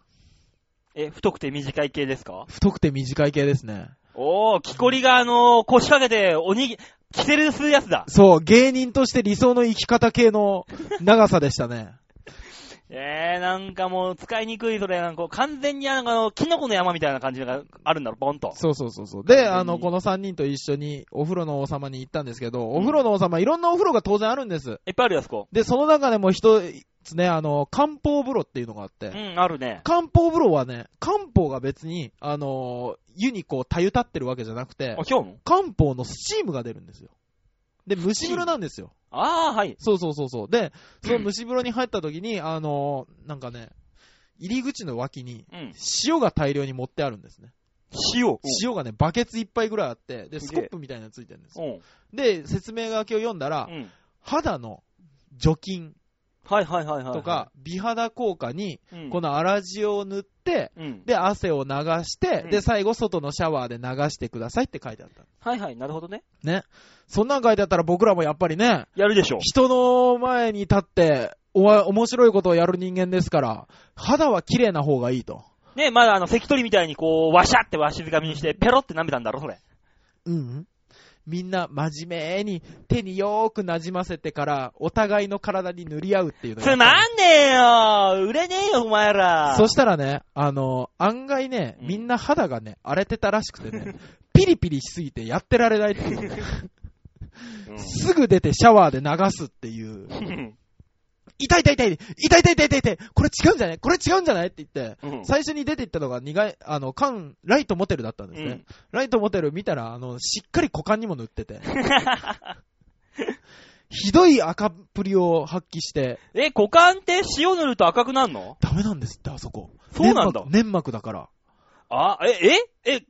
Speaker 1: え、太くて短い系ですか
Speaker 2: 太くて短い系ですね。
Speaker 1: おー、木こりがあのー腰掛けて、おにぎ、着せるするやつだ。
Speaker 2: そう、芸人として理想の生き方系の長さでしたね。
Speaker 1: えー、なんかもう使いにくい、それ。なんかこう完全になんかあの、キノコの山みたいな感じのがあるんだろ、ボンと。
Speaker 2: (laughs) そうそうそうそう。
Speaker 1: う
Speaker 2: で、
Speaker 1: ん
Speaker 2: あの、この3人と一緒にお風呂の王様に行ったんですけど、お風呂の王様、いろんなお風呂が当然あるんです。
Speaker 1: いっぱいあるよ、あそこ。
Speaker 2: で、その中でも一つね、あの、漢方風呂っていうのがあって、
Speaker 1: うん、あるね。
Speaker 2: 漢方風呂はね、漢方が別に、あのー湯にこう、たゆたってるわけじゃなくて
Speaker 1: あ、、今日も
Speaker 2: 漢方のスチームが出るんですよ。で、蒸し風呂なんですよ。
Speaker 1: あー、はい。
Speaker 2: そうそうそうそう。で、その蒸し風呂に入った時に、あのーなんかね、入り口の脇に、
Speaker 1: うん。
Speaker 2: 塩が大量に持ってあるんですね。
Speaker 1: 塩。
Speaker 2: 塩がね、バケツ一杯ぐらいあって、で、
Speaker 1: す
Speaker 2: ス
Speaker 1: げえ
Speaker 2: コップみたいなのついてるんですよ。
Speaker 1: うん。
Speaker 2: で、説明書きを読んだら
Speaker 1: う、ん。
Speaker 2: 肌の除菌
Speaker 1: はいはいはいはい。
Speaker 2: とか、美肌効果に、
Speaker 1: うん、
Speaker 2: この粗塩を塗って、
Speaker 1: うん。
Speaker 2: で、汗を流して、
Speaker 1: うん
Speaker 2: で、最後、外のシャワーで流してくださいって書いてあった。
Speaker 1: はいはい、なるほどね。
Speaker 2: ね。そんなん書いてあったら僕らもやっぱりね、
Speaker 1: やるでしょ。
Speaker 2: 人の前に立って、おわ、面白いことをやる人間ですから、肌は綺麗な方がいいと。
Speaker 1: ねまだあの、関取みたいにこう、わしゃってわしづかみにして、ペロって舐めたんだろ、それ。
Speaker 2: うん、みんな真面目に手によーくなじませてから、お互いの体に塗り合うっていうのが
Speaker 1: つまんねえよ売れねえよ、お前ら
Speaker 2: そしたらね、あの、案外ね、
Speaker 1: うん
Speaker 2: みんな肌がね、荒れてたらしくてね、ピリピリしすぎてやってられないっていうね、すぐ出てシャワーで流すっていう。
Speaker 1: うん。
Speaker 2: 痛い痛い痛い痛い痛い痛い痛い痛いこれ違うんじゃないこれ違うんじゃないって言って、
Speaker 1: (laughs) うん
Speaker 2: 最初に出て行ったのが苦い、あの、缶、ライトモテルだったんですね。
Speaker 1: うん
Speaker 2: ライトモテル見たら、あの、しっかり股間にも塗っ
Speaker 1: (laughs)
Speaker 2: てて。ひどい赤っぷりを発揮して、
Speaker 1: え、股間って塩塗ると赤くなんの
Speaker 2: ダメなんですって、あそこ。
Speaker 1: そうなんだ
Speaker 2: 粘膜粘膜だから。
Speaker 1: あ、え、え、え、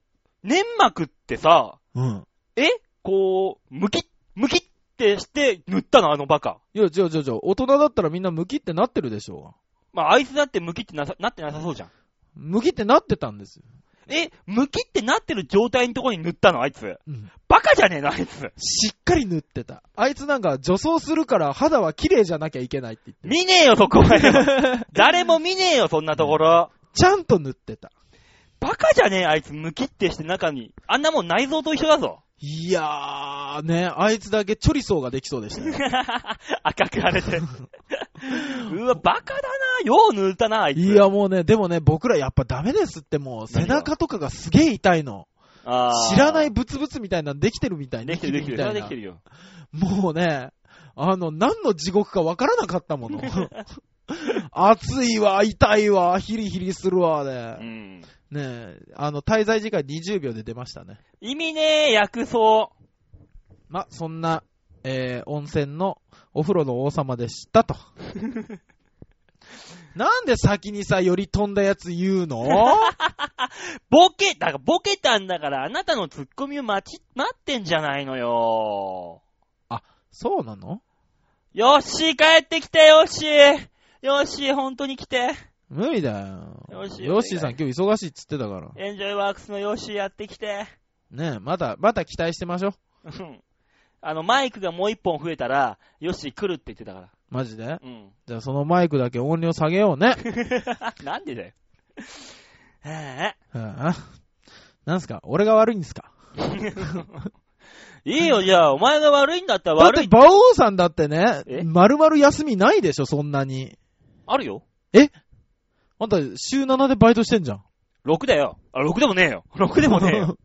Speaker 1: 粘膜ってさ、
Speaker 2: うん。
Speaker 1: えこう、むき、むきってして塗ったのあのバカ。
Speaker 2: いや、じゃあじゃあじゃあ大人だったらみんなムキってなってるでしょ
Speaker 1: まあ、あいつだってむきってなさ、なってなさそうじゃん。
Speaker 2: うが。ムキってなってたんですよ。
Speaker 1: え、むきってなってる状態のとこに塗ったのあいつ。
Speaker 2: うん。
Speaker 1: バカじゃねえのあいつ。
Speaker 2: しっかり塗ってた。あいつなんか女装するから肌は綺麗じゃなきゃいけないって言って。
Speaker 1: 見ねえよ、そこは
Speaker 2: (laughs)
Speaker 1: よ。誰も見ねえよ、そんなところ。
Speaker 2: ちゃんと塗ってた。
Speaker 1: バカじゃねえ、あいつ。むきってして中に。あんなもん内臓と一緒だぞ。
Speaker 2: いやー、ね、あいつだけチョリソーができそうで
Speaker 1: (laughs)
Speaker 2: したね。
Speaker 1: 赤く荒れて。 (laughs) うわ、バカだな。よう塗ったな、あいつ。
Speaker 2: いや、もうね、でもね、僕らやっぱダメですってもう、背
Speaker 1: 何が
Speaker 2: 中とかがすげえ痛いの。
Speaker 1: あー
Speaker 2: 知らない。ブツブツみたいなのできてるみたいな。
Speaker 1: できてる、できてる。それはで
Speaker 2: ニ
Speaker 1: き
Speaker 2: キ
Speaker 1: て
Speaker 2: ビ
Speaker 1: るよ。
Speaker 2: みたいなもうね、あの、何の地獄かわからなかったもの。 (laughs) 暑いわ、痛いわ、ヒリヒリするわ、
Speaker 1: う
Speaker 2: で。
Speaker 1: ん。
Speaker 2: ねえあの、滞在時間20秒で出ましたね。
Speaker 1: 意味ねえ、薬草。
Speaker 2: ま、そんな、えー、温泉のお風呂の王様でしたと。なんで先にさ、より飛んだやつ言うの
Speaker 1: (laughs) ボケ、だからボケたんだから、あなたのツッコミを待ち、待ってんじゃないのよ。
Speaker 2: そうなの
Speaker 1: よっしー帰ってきて、よっしー。よっしー、本当に来て。
Speaker 2: 無理だよ。
Speaker 1: ヨッシー
Speaker 2: ヨッシーさん今日忙しいっつってたから。
Speaker 1: エンジョイワークスのヨッシーやってきて。
Speaker 2: ねえ、また、また期待してましょう。
Speaker 1: うんあの、マイクがもう一本増えたら、ヨッシー来るって言ってたから。
Speaker 2: マジで。
Speaker 1: うん。
Speaker 2: じゃあそのマイクだけ音量下げようね。
Speaker 1: なんでだ
Speaker 2: (laughs)
Speaker 1: よ。え
Speaker 2: はあなんすか俺が悪いんですか
Speaker 1: えいいよ、じゃあ、お前が悪いんだったら
Speaker 2: だっ
Speaker 1: 悪
Speaker 2: て、
Speaker 1: い。
Speaker 2: 馬王さんだってね
Speaker 1: え、
Speaker 2: 丸々休みないでしょ、そんなに。
Speaker 1: あるよ。
Speaker 2: あんた、週7でバイトしてんじゃん。
Speaker 1: 6だよ。あ、6でもね
Speaker 2: (laughs)
Speaker 1: えよ。6でもねえよ。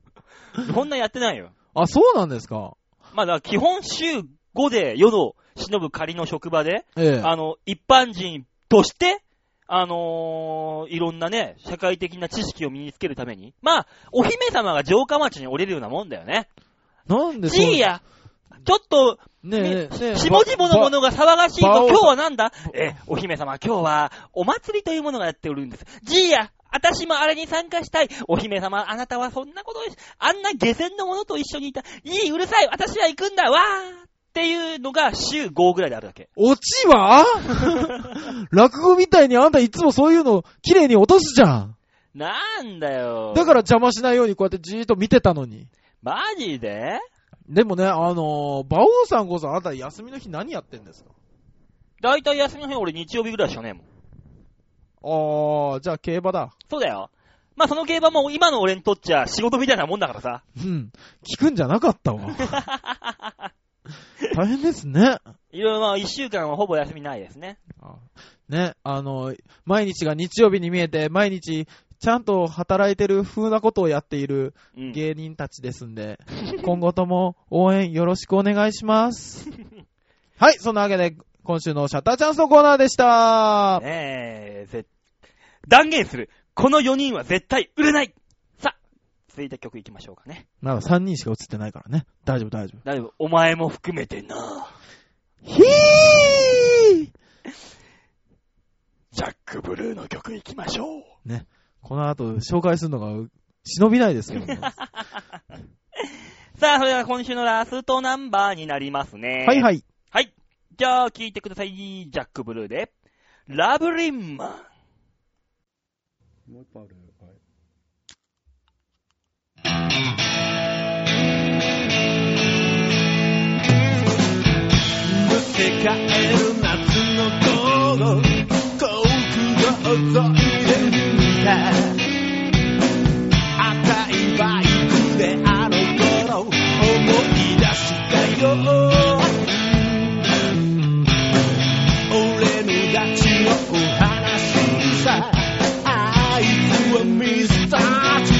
Speaker 1: そんなやってないよ。
Speaker 2: あ、そうなんですか
Speaker 1: まあ、だから基本週5で夜を忍ぶ仮の職場で、
Speaker 2: ええ。
Speaker 1: あの、一般人として、あのーいろんなね、社会的な知識を身につけるために。まあ、お姫様が城下町に降りるようなもんだよね。
Speaker 2: なんでそ
Speaker 1: じいや、ちょっと、
Speaker 2: ねえ、ねえねえ、
Speaker 1: しもじものものが騒がしい
Speaker 2: ば
Speaker 1: と、
Speaker 2: ば
Speaker 1: 今日はなんだえ、お姫様、今日は、お祭りというものがやっておるんです。じいや、私もあれに参加したい。お姫様、あなたはそんなことをし、あんな下船の者と一緒にいた。いい、うるさい、私は行くんだ、わーっていうのが週5ぐらいであるだけ。
Speaker 2: オチ
Speaker 1: (laughs)
Speaker 2: は落語みたいにあんたいつもそういうの綺麗に落とすじゃん。
Speaker 1: なんだよ。
Speaker 2: だから、邪魔しないようにこうやってじーっと見てたのに。
Speaker 1: マジで
Speaker 2: でもね、あのー、馬王さんこそあんた休みの日何やってんですか
Speaker 1: だいたい休みの日俺日曜日ぐらいしかねえもん。
Speaker 2: あー、じゃあ競馬だ。
Speaker 1: そうだよ。まあ、その競馬も今の俺にとっちゃ仕事みたいなもんだからさ。
Speaker 2: うん。聞くんじゃなかったわ。
Speaker 1: (laughs)
Speaker 2: 大変ですね。
Speaker 1: いろいろまあ、一週間はほぼ休みないですね。
Speaker 2: ね、あの、毎日が日曜日に見えて、毎日、ちゃんと働いてる風なことをやっている
Speaker 1: うん。
Speaker 2: 芸人たちですんで、今後とも応援よろしくお願い
Speaker 1: (laughs)
Speaker 2: します。はい、そんなわけで、今週のシャッターチャンスのコーナーでした。
Speaker 1: ねえ、ぜ、断言する。この4人は絶対売れないさあ、続いて曲いきましょうかね。
Speaker 2: まだ3人しか映ってないからね。大丈夫、大丈夫。
Speaker 1: だいぶ、お前も含めてな。
Speaker 2: ひー
Speaker 5: ジャック・ブルーの曲いきましょう。
Speaker 2: この後、紹介するのが忍びないですけ
Speaker 1: (laughs)
Speaker 2: どね。
Speaker 1: さあ、それでは今週のラストナンバーになりますね。
Speaker 2: はいはい。
Speaker 1: はい。じゃあ、聞いてください。ジャック・ブルーで、ラブリンマン。
Speaker 6: もう一本あるはい。
Speaker 7: むせ返る夏の頃遠くを覗いてみた赤いバイクであの頃思い出したよ俺のダチのお話さあいつはミスター G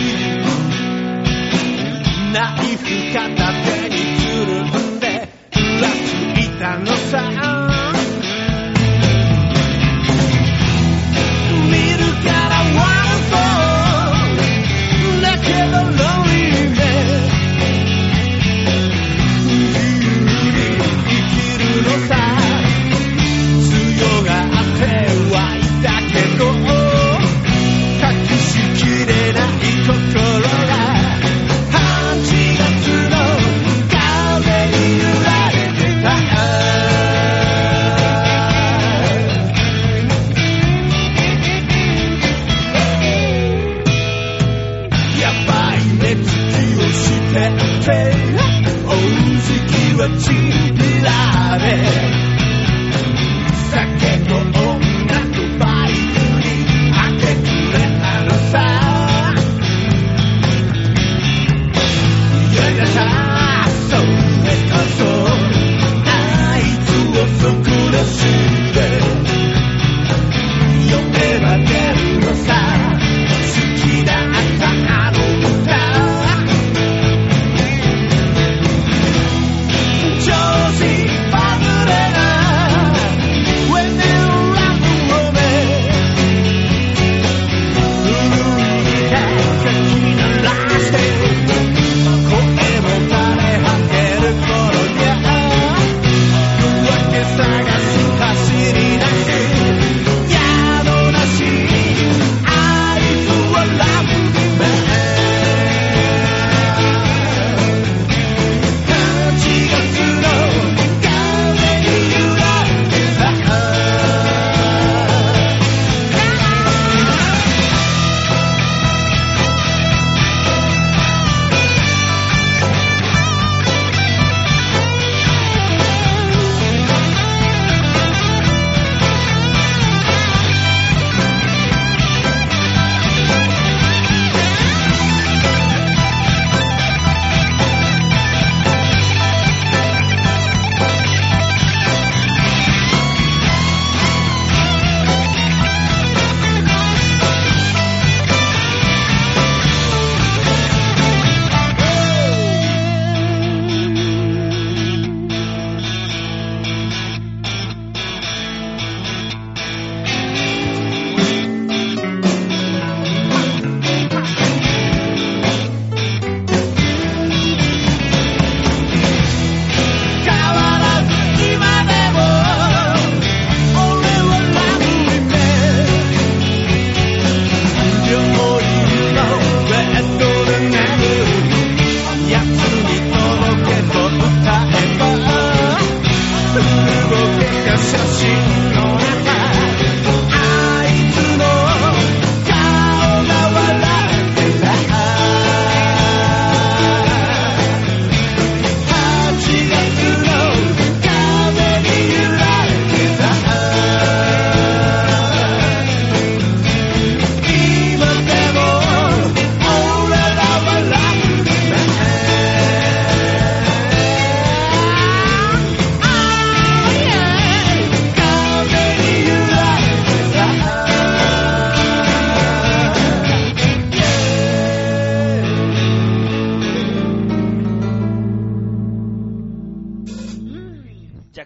Speaker 7: ナイフ片手につるんでふらついたのさ見るからワンそうだけどローリーで自由に生きるのさ強がってはいたけど隠しきれない心が8月の風に揺られてたやばい目つきをしてて大月はちびられ酒と音楽バイクに明け暮れたのさ「やりなさいそれこそあいつをそこらして」「呼べば出るのさ好きだったあの歌」「調子バズれな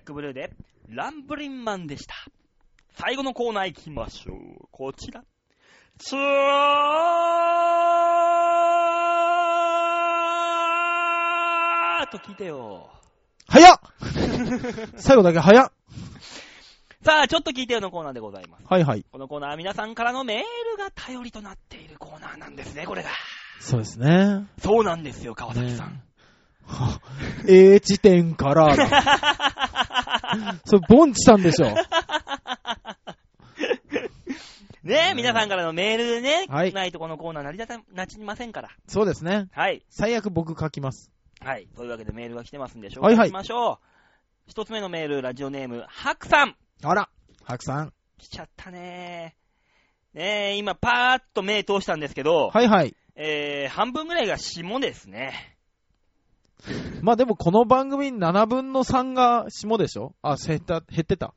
Speaker 1: クブルーで、ランブリンマンでした。最後のコーナー行きましょう。こちら。つーっと聞いてよ。
Speaker 2: 早っ (laughs) 最後だけ早っ
Speaker 1: さあ、ちょっと聞いてよのコーナーでございます。
Speaker 2: はいはい。
Speaker 1: このコーナーは皆さんからのメールが頼りとなっているコーナーなんですね、これが。
Speaker 2: そうですね。
Speaker 1: そうなんですよ、川崎さん。
Speaker 2: ねは A 地点からだ。
Speaker 1: (laughs)
Speaker 2: それ、ボンチさんでしょ。
Speaker 1: ねえ、皆さんからのメールでね、
Speaker 2: はい
Speaker 1: ないとこのコーナー成り立た、なちませんから。
Speaker 2: そうですね。
Speaker 1: はい。
Speaker 2: 最悪僕書きます。
Speaker 1: はい。というわけでメールが来てますんで、紹
Speaker 2: はいは
Speaker 1: 介
Speaker 2: い
Speaker 1: しましょう。一つ目のメール、ラジオネーム、ハクさん。
Speaker 2: あら、白さん。
Speaker 1: 来ちゃったねねえ、今、パーッと目通したんですけど、
Speaker 2: はいはい。
Speaker 1: えー、半分ぐらいが霜ですね。
Speaker 2: まあでもこの番組7分の3が下でしょあ、減った、減ってた。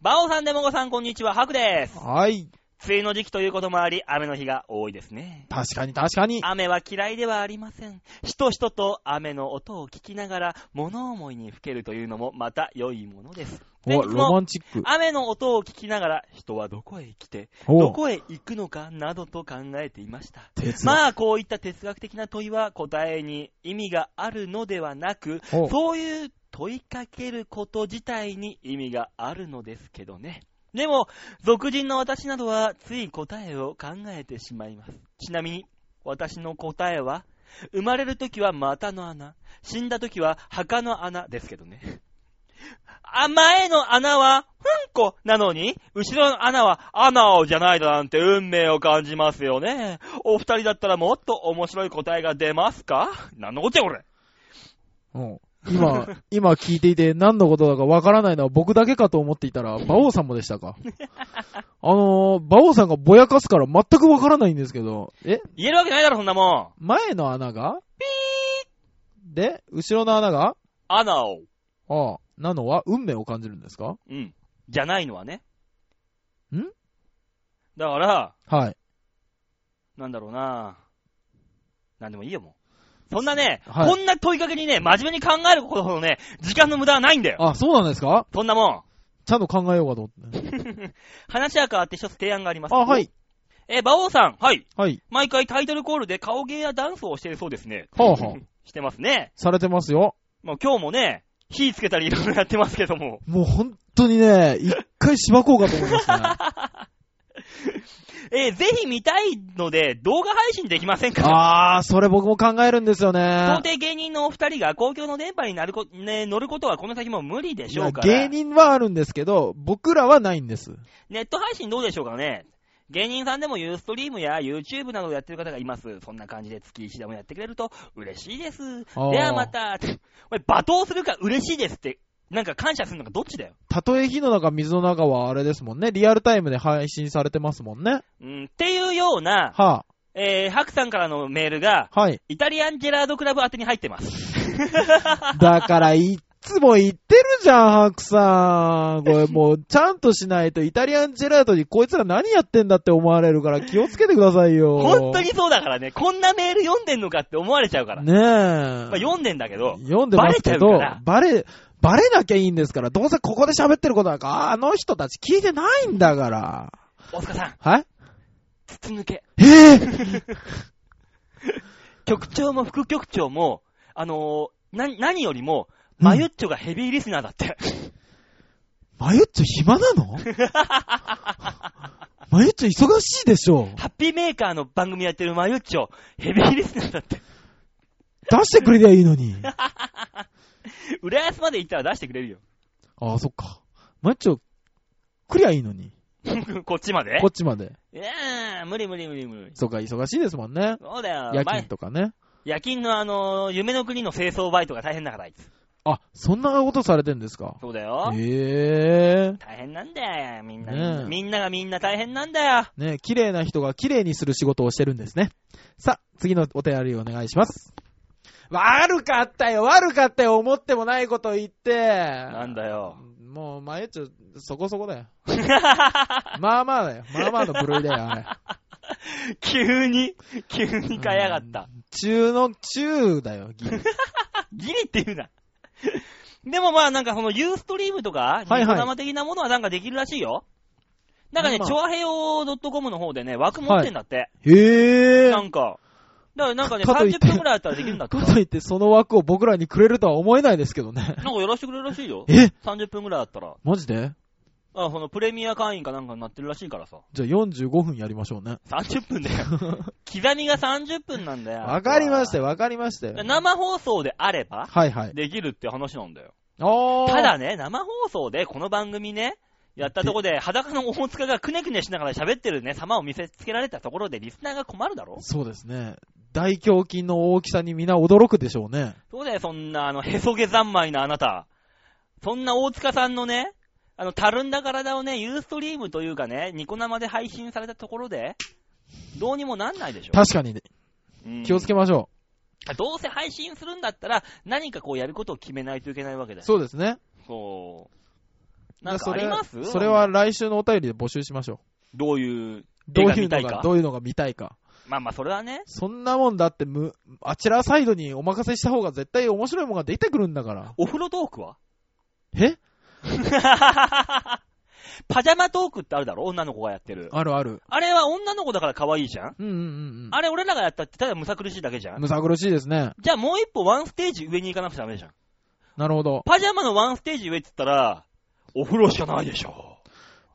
Speaker 1: バオさん、デモゴさん、こんにちは、ハクです。
Speaker 2: はい。
Speaker 1: 梅雨の時期ということもあり、雨の日が多いですね。
Speaker 2: 確かに確かに。
Speaker 1: 雨は嫌いではありません。しとしとと雨の音を聞きながら、物思いにふけるというのもまた良いものです。
Speaker 2: お
Speaker 1: 先日
Speaker 2: ロマ
Speaker 1: も
Speaker 2: ンチック。
Speaker 1: 雨の音を聞きながら、人はどこへ来て、ど
Speaker 2: お
Speaker 1: こへ行くのかなどと考えていました。
Speaker 2: 哲学。
Speaker 1: まあ、こういった哲学的な問いは答えに意味があるのではなく、
Speaker 2: お
Speaker 1: そういう問いかけること自体に意味があるのですけどね。でも、俗人の私などはつい答えを考えてしまいます。ちなみに、私の答えは、生まれるときは股の穴、死んだときは墓の穴ですけどね。あ、前の穴は、うんこなのに、後ろの穴は、穴をじゃないだなんて運命を感じますよね。お二人だったらもっと面白い答えが出ますかなんのこっちゃこれ。
Speaker 2: うん今、
Speaker 1: (laughs)
Speaker 2: 今聞いていて何のことだかわからないのは僕だけかと思っていたら、馬王さんもでし
Speaker 1: (laughs)
Speaker 2: たかあのー、馬王さんがぼやかすから全くわからないんですけど、え
Speaker 1: 言えるわけないだろ、そんなもん。
Speaker 2: 前の穴がピーで、後ろの穴が
Speaker 1: 穴を。
Speaker 2: ああ、なのは運命を感じるんですか
Speaker 1: うん。じゃないのはね。
Speaker 2: ん
Speaker 1: だから、
Speaker 2: はい。
Speaker 1: なんだろうななんでもいいよ、もう。そんなね、
Speaker 2: はい
Speaker 1: こんな問いかけにね、真面目に考えることほどね、時間の無駄はないんだよ。
Speaker 2: あ、そうなんですか
Speaker 1: そんなもん。
Speaker 2: ちゃんと考えようかと思って。
Speaker 1: 話は変わって一つ提案があります。
Speaker 2: あ、はい。
Speaker 1: えー、馬王さん。はい。
Speaker 2: はい。
Speaker 1: 毎回タイトルコールで顔芸やダンスをしているそうですね。
Speaker 2: はあはあ。
Speaker 1: (laughs) してますね。
Speaker 2: されてますよ。
Speaker 1: もう今日もね、火つけたりいろいろやってますけども。
Speaker 2: もう本当にね、一回しばこうかと思いましたね。
Speaker 1: えーぜひ見たいので、動画配信できませんか
Speaker 2: (laughs) ああ、それ僕も考えるんですよね
Speaker 1: 到。底芸人のお二人が公共の電波になるこ、ね、乗ることはこの先も無理で
Speaker 2: い
Speaker 1: しょ
Speaker 2: や
Speaker 1: うから。
Speaker 2: 芸人はあるんですけど、僕らはないんです。
Speaker 1: ネット配信どうでしょうかね芸人さんでもユーストリームや YouTube などをやってる方がいます。そんな感じで月1でもやってくれると嬉しいです。で
Speaker 2: あー
Speaker 1: はまた。おい、罵倒するか嬉しいですって、なんか感謝するのかどっちだよ。
Speaker 2: たとえ火の中、水の中はあれですもんね。リアルタイムで配信されてますもんね。
Speaker 1: うん、っていうような、
Speaker 2: は
Speaker 1: えー、ハクさんからのメールが、
Speaker 2: あ、はい。
Speaker 1: イタリアンジェラードクラブ宛てに入ってます。
Speaker 2: だから、いっつも言ってるじゃん、ハクさん。
Speaker 1: (laughs)
Speaker 2: これもう、ちゃんとしないと、イタリアンジェラートにこいつら何やってんだって思われるから気をつけてくださいよ。
Speaker 1: 本当にそうだからね、こんなメール読んでんのかって思われちゃうから。
Speaker 2: ねえ。
Speaker 1: まあ、読んでんだけど、
Speaker 2: 読んでますけ
Speaker 1: バレ
Speaker 2: ど
Speaker 1: ちゃうから、
Speaker 2: バレ、バレなきゃいいんですから、どうせここで喋ってることなんか、あの人たち聞いてないんだから。
Speaker 1: 大塚さん、
Speaker 2: はい
Speaker 1: 筒抜け。
Speaker 2: ええ
Speaker 1: (laughs) 局長も副局長も、あのーな、何よりも、
Speaker 2: うん
Speaker 1: マユッチョがヘビーリスナーだって。
Speaker 2: マユッチョ暇なのマユッチョ忙しいでしょ。
Speaker 1: ハッピーメーカーの番組やってるマユッチョ、ヘビーリスナーだって。
Speaker 2: 出してくれりゃいいのに。
Speaker 1: 浦安まで行ったら出してくれるよ。 (laughs)
Speaker 2: ああ、そっか。マユッチョ、来りゃいいのに。
Speaker 1: こっちまで
Speaker 2: こっちまで。
Speaker 1: いやー、無理無理無理無理。
Speaker 2: そっか、忙しいですもんね。
Speaker 1: そうだよ。
Speaker 2: 夜
Speaker 1: 前
Speaker 2: 勤とかね。
Speaker 1: 夜勤のあのー夢の国の清掃バイトが大変だから、あいつ。
Speaker 2: あ、そんなことされてんですか。
Speaker 1: そうだよ。
Speaker 2: へえ。
Speaker 1: 大変なんだよ、みんな、
Speaker 2: ねえ
Speaker 1: みんながみんな大変なんだよ。
Speaker 2: ね、綺麗な人が綺麗にする仕事をしてるんですね。さあ、次のお手りお願いします。悪かったよ、悪かったよ、思ってもないこと言って。
Speaker 1: なんだよ。 (laughs)
Speaker 2: もう、前っちょ、そこそこだよ。まあまあだよ。まあまあの部類
Speaker 1: (laughs)
Speaker 2: だよ、あれ。
Speaker 1: 急に、急に変えやがった。 (laughs)
Speaker 2: 中の中だよ、ギリ。
Speaker 1: ギリって言うな。 (laughs) でもまあなんかそのユーストリームとか、
Speaker 2: はい
Speaker 1: ニコ生的なものはなんかできるらしいよ。なんかね、
Speaker 2: まあ
Speaker 1: チョアヘヨ .com の方でね、枠持ってんだって。
Speaker 2: へえ。
Speaker 1: なんか。だからなんかね、
Speaker 2: かといって
Speaker 1: 30分くらいあったらできるんだって。
Speaker 2: か
Speaker 1: なん
Speaker 2: といってその枠を僕らにくれるとは思えないですけど
Speaker 1: (laughs)
Speaker 2: ね。
Speaker 1: かやらせてくれるらしいよ。
Speaker 2: え
Speaker 1: 30分くらいあったら。
Speaker 2: マジで
Speaker 1: あ、そのプレミア会員かなんかになってるらしいからさ。
Speaker 2: じゃあ45分やりましょうね。
Speaker 1: 30分だよ。
Speaker 2: (laughs)
Speaker 1: 刻みが30分なんだよ。
Speaker 2: わかりましたよ、わかりましたよ。
Speaker 1: 生放送であれば、
Speaker 2: はいはい。
Speaker 1: できるって話なんだよ。
Speaker 2: あー
Speaker 1: ただね、生放送でこの番組ね、やったとこで裸の大塚がくねくねしながら喋ってるね、様を見せつけられたところでリスナーが困るだろ
Speaker 2: そうですね。大胸筋の大きさに皆驚くでしょうね。
Speaker 1: そうだよ、そんな、あの、へそ毛三昧なあなた。そんな大塚さんのね、あの、たるんだ体をね、ユーストリームというかね、ニコ生で配信されたところで、どうにもなんないでしょ。
Speaker 2: 確かに、ね、
Speaker 1: うん
Speaker 2: 気をつけましょ
Speaker 1: どうせ配信するんだったら、何かこうやることを決めないといけないわけ
Speaker 2: う。
Speaker 1: だよ。
Speaker 2: そうですね。
Speaker 1: そう。
Speaker 2: で
Speaker 1: なんかあります
Speaker 2: それそれは、来週のお便りで募集しましょ
Speaker 1: どういう、
Speaker 2: う。ど
Speaker 1: 映
Speaker 2: う
Speaker 1: 画
Speaker 2: いう
Speaker 1: 見た
Speaker 2: の
Speaker 1: い
Speaker 2: が、
Speaker 1: か。
Speaker 2: どういうのが見たいか。
Speaker 1: まあまあ、それはね。
Speaker 2: そんなもんだってむ、あちらサイドにお任せした方が絶対面白いもんが出てくるんだから。
Speaker 1: お風呂トークは (laughs)
Speaker 2: え
Speaker 1: パジャマトークってあるだろ女の子がやってる。
Speaker 2: あるある。
Speaker 1: あれは女の子だから可愛いじゃん
Speaker 2: うんうんうん
Speaker 1: あれ俺らがやったってただむさ苦しいだけじゃ
Speaker 2: うん。
Speaker 1: ん
Speaker 2: むさ苦しいですね。
Speaker 1: じゃあもう一歩ワンステージ上に行かなくちゃダメじゃん。
Speaker 2: なるほど。
Speaker 1: パジャマのワンステージ上って言ったら、お風呂しかないでしょ。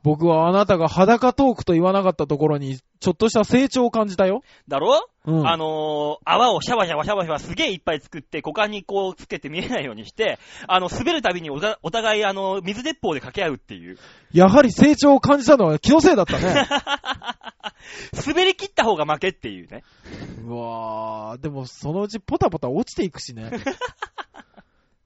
Speaker 2: 僕はあなたが裸トークと言わなかったところに、ちょっとした成長を感じたよ。
Speaker 1: だろ、
Speaker 2: うん。
Speaker 1: あのー、泡をシャワシャワシャワシャワすげえいっぱい作って、股間にこうつけて見えないようにして、あの、滑るたびにおたお互いあの、水鉄砲で掛け合うっていう。
Speaker 2: やはり成長を感じたのは気のせい
Speaker 1: (laughs)
Speaker 2: だったね。
Speaker 1: 滑り切った方が負けっていうね。
Speaker 2: うわー、でもそのうちポタポタ落ちていくしね。な
Speaker 1: (laughs)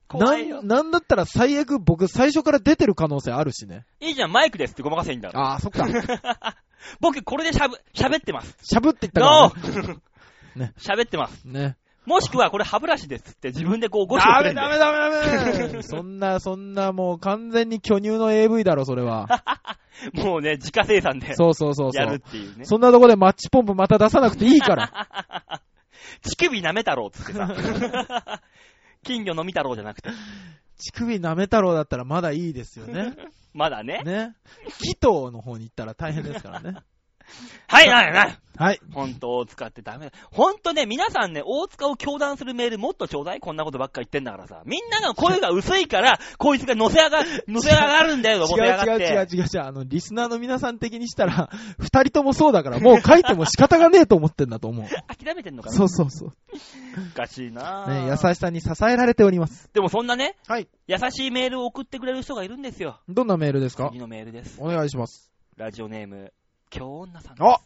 Speaker 1: 怖いよ
Speaker 2: ん、。なんだったら最悪僕最初から出てる可能性あるしね。
Speaker 1: いいじゃん、マイクですってごまかせばいいんだから。
Speaker 2: あー、そっか。
Speaker 1: 僕これでしゃぶ、喋ってます。
Speaker 2: (laughs) しゃぶっていった
Speaker 1: ノ
Speaker 2: か
Speaker 1: ー
Speaker 2: (laughs) ね
Speaker 1: 喋ってます。
Speaker 2: らね。ね。
Speaker 1: もしくはこれ歯ブラシですって自分でこうゴシゴシ
Speaker 2: ダメダメダメ (laughs) ダメそんな、そんなもう完全に巨乳の AV だろ、それ
Speaker 1: (laughs)
Speaker 2: は。
Speaker 1: もうね、自家生産で
Speaker 2: そうそうそうそ
Speaker 1: やるっ
Speaker 2: う。
Speaker 1: ていうね。
Speaker 2: そんなとこでマッチポンプまた出さなくてい
Speaker 1: (laughs)
Speaker 2: いから。
Speaker 1: 乳首舐め太郎っつって
Speaker 2: (laughs)
Speaker 1: さ。金魚飲み太郎じゃなくて。
Speaker 2: 乳首舐め太郎だったらまだいいです
Speaker 1: (laughs)
Speaker 2: よね。
Speaker 1: まだね。
Speaker 2: ね。紀藤の方に行ったら大変ですからね。
Speaker 1: はい、ない、ない。
Speaker 2: はい。
Speaker 1: 本当大塚ってダメだ。本当ね、皆さんね、大塚を教団するメールもっとちょうだいこんなことばっか言ってんだからさ。みんなの声が薄いから、こいつが乗せ上が、乗せ上がるんだよ、乗せ
Speaker 2: 違う
Speaker 1: 上がって。
Speaker 2: 違う違う違う違う。あの、リスナーの皆さん的にしたら、 (laughs) 二人ともそうだから、もう書いても仕方がねえと思ってんだと思う。
Speaker 1: 諦めてんのかな
Speaker 2: (laughs) そうそうそう。
Speaker 1: おかしいな
Speaker 2: ね、優
Speaker 1: ぁ
Speaker 2: しさに支えられております。
Speaker 1: でもそんなね、
Speaker 2: はい。
Speaker 1: 優しいメールを送ってくれる人がいるんですよ。
Speaker 2: どんなメールですか
Speaker 1: 次のメールです。
Speaker 2: お願いします。
Speaker 1: ラジオネーム、京女さん。
Speaker 2: あ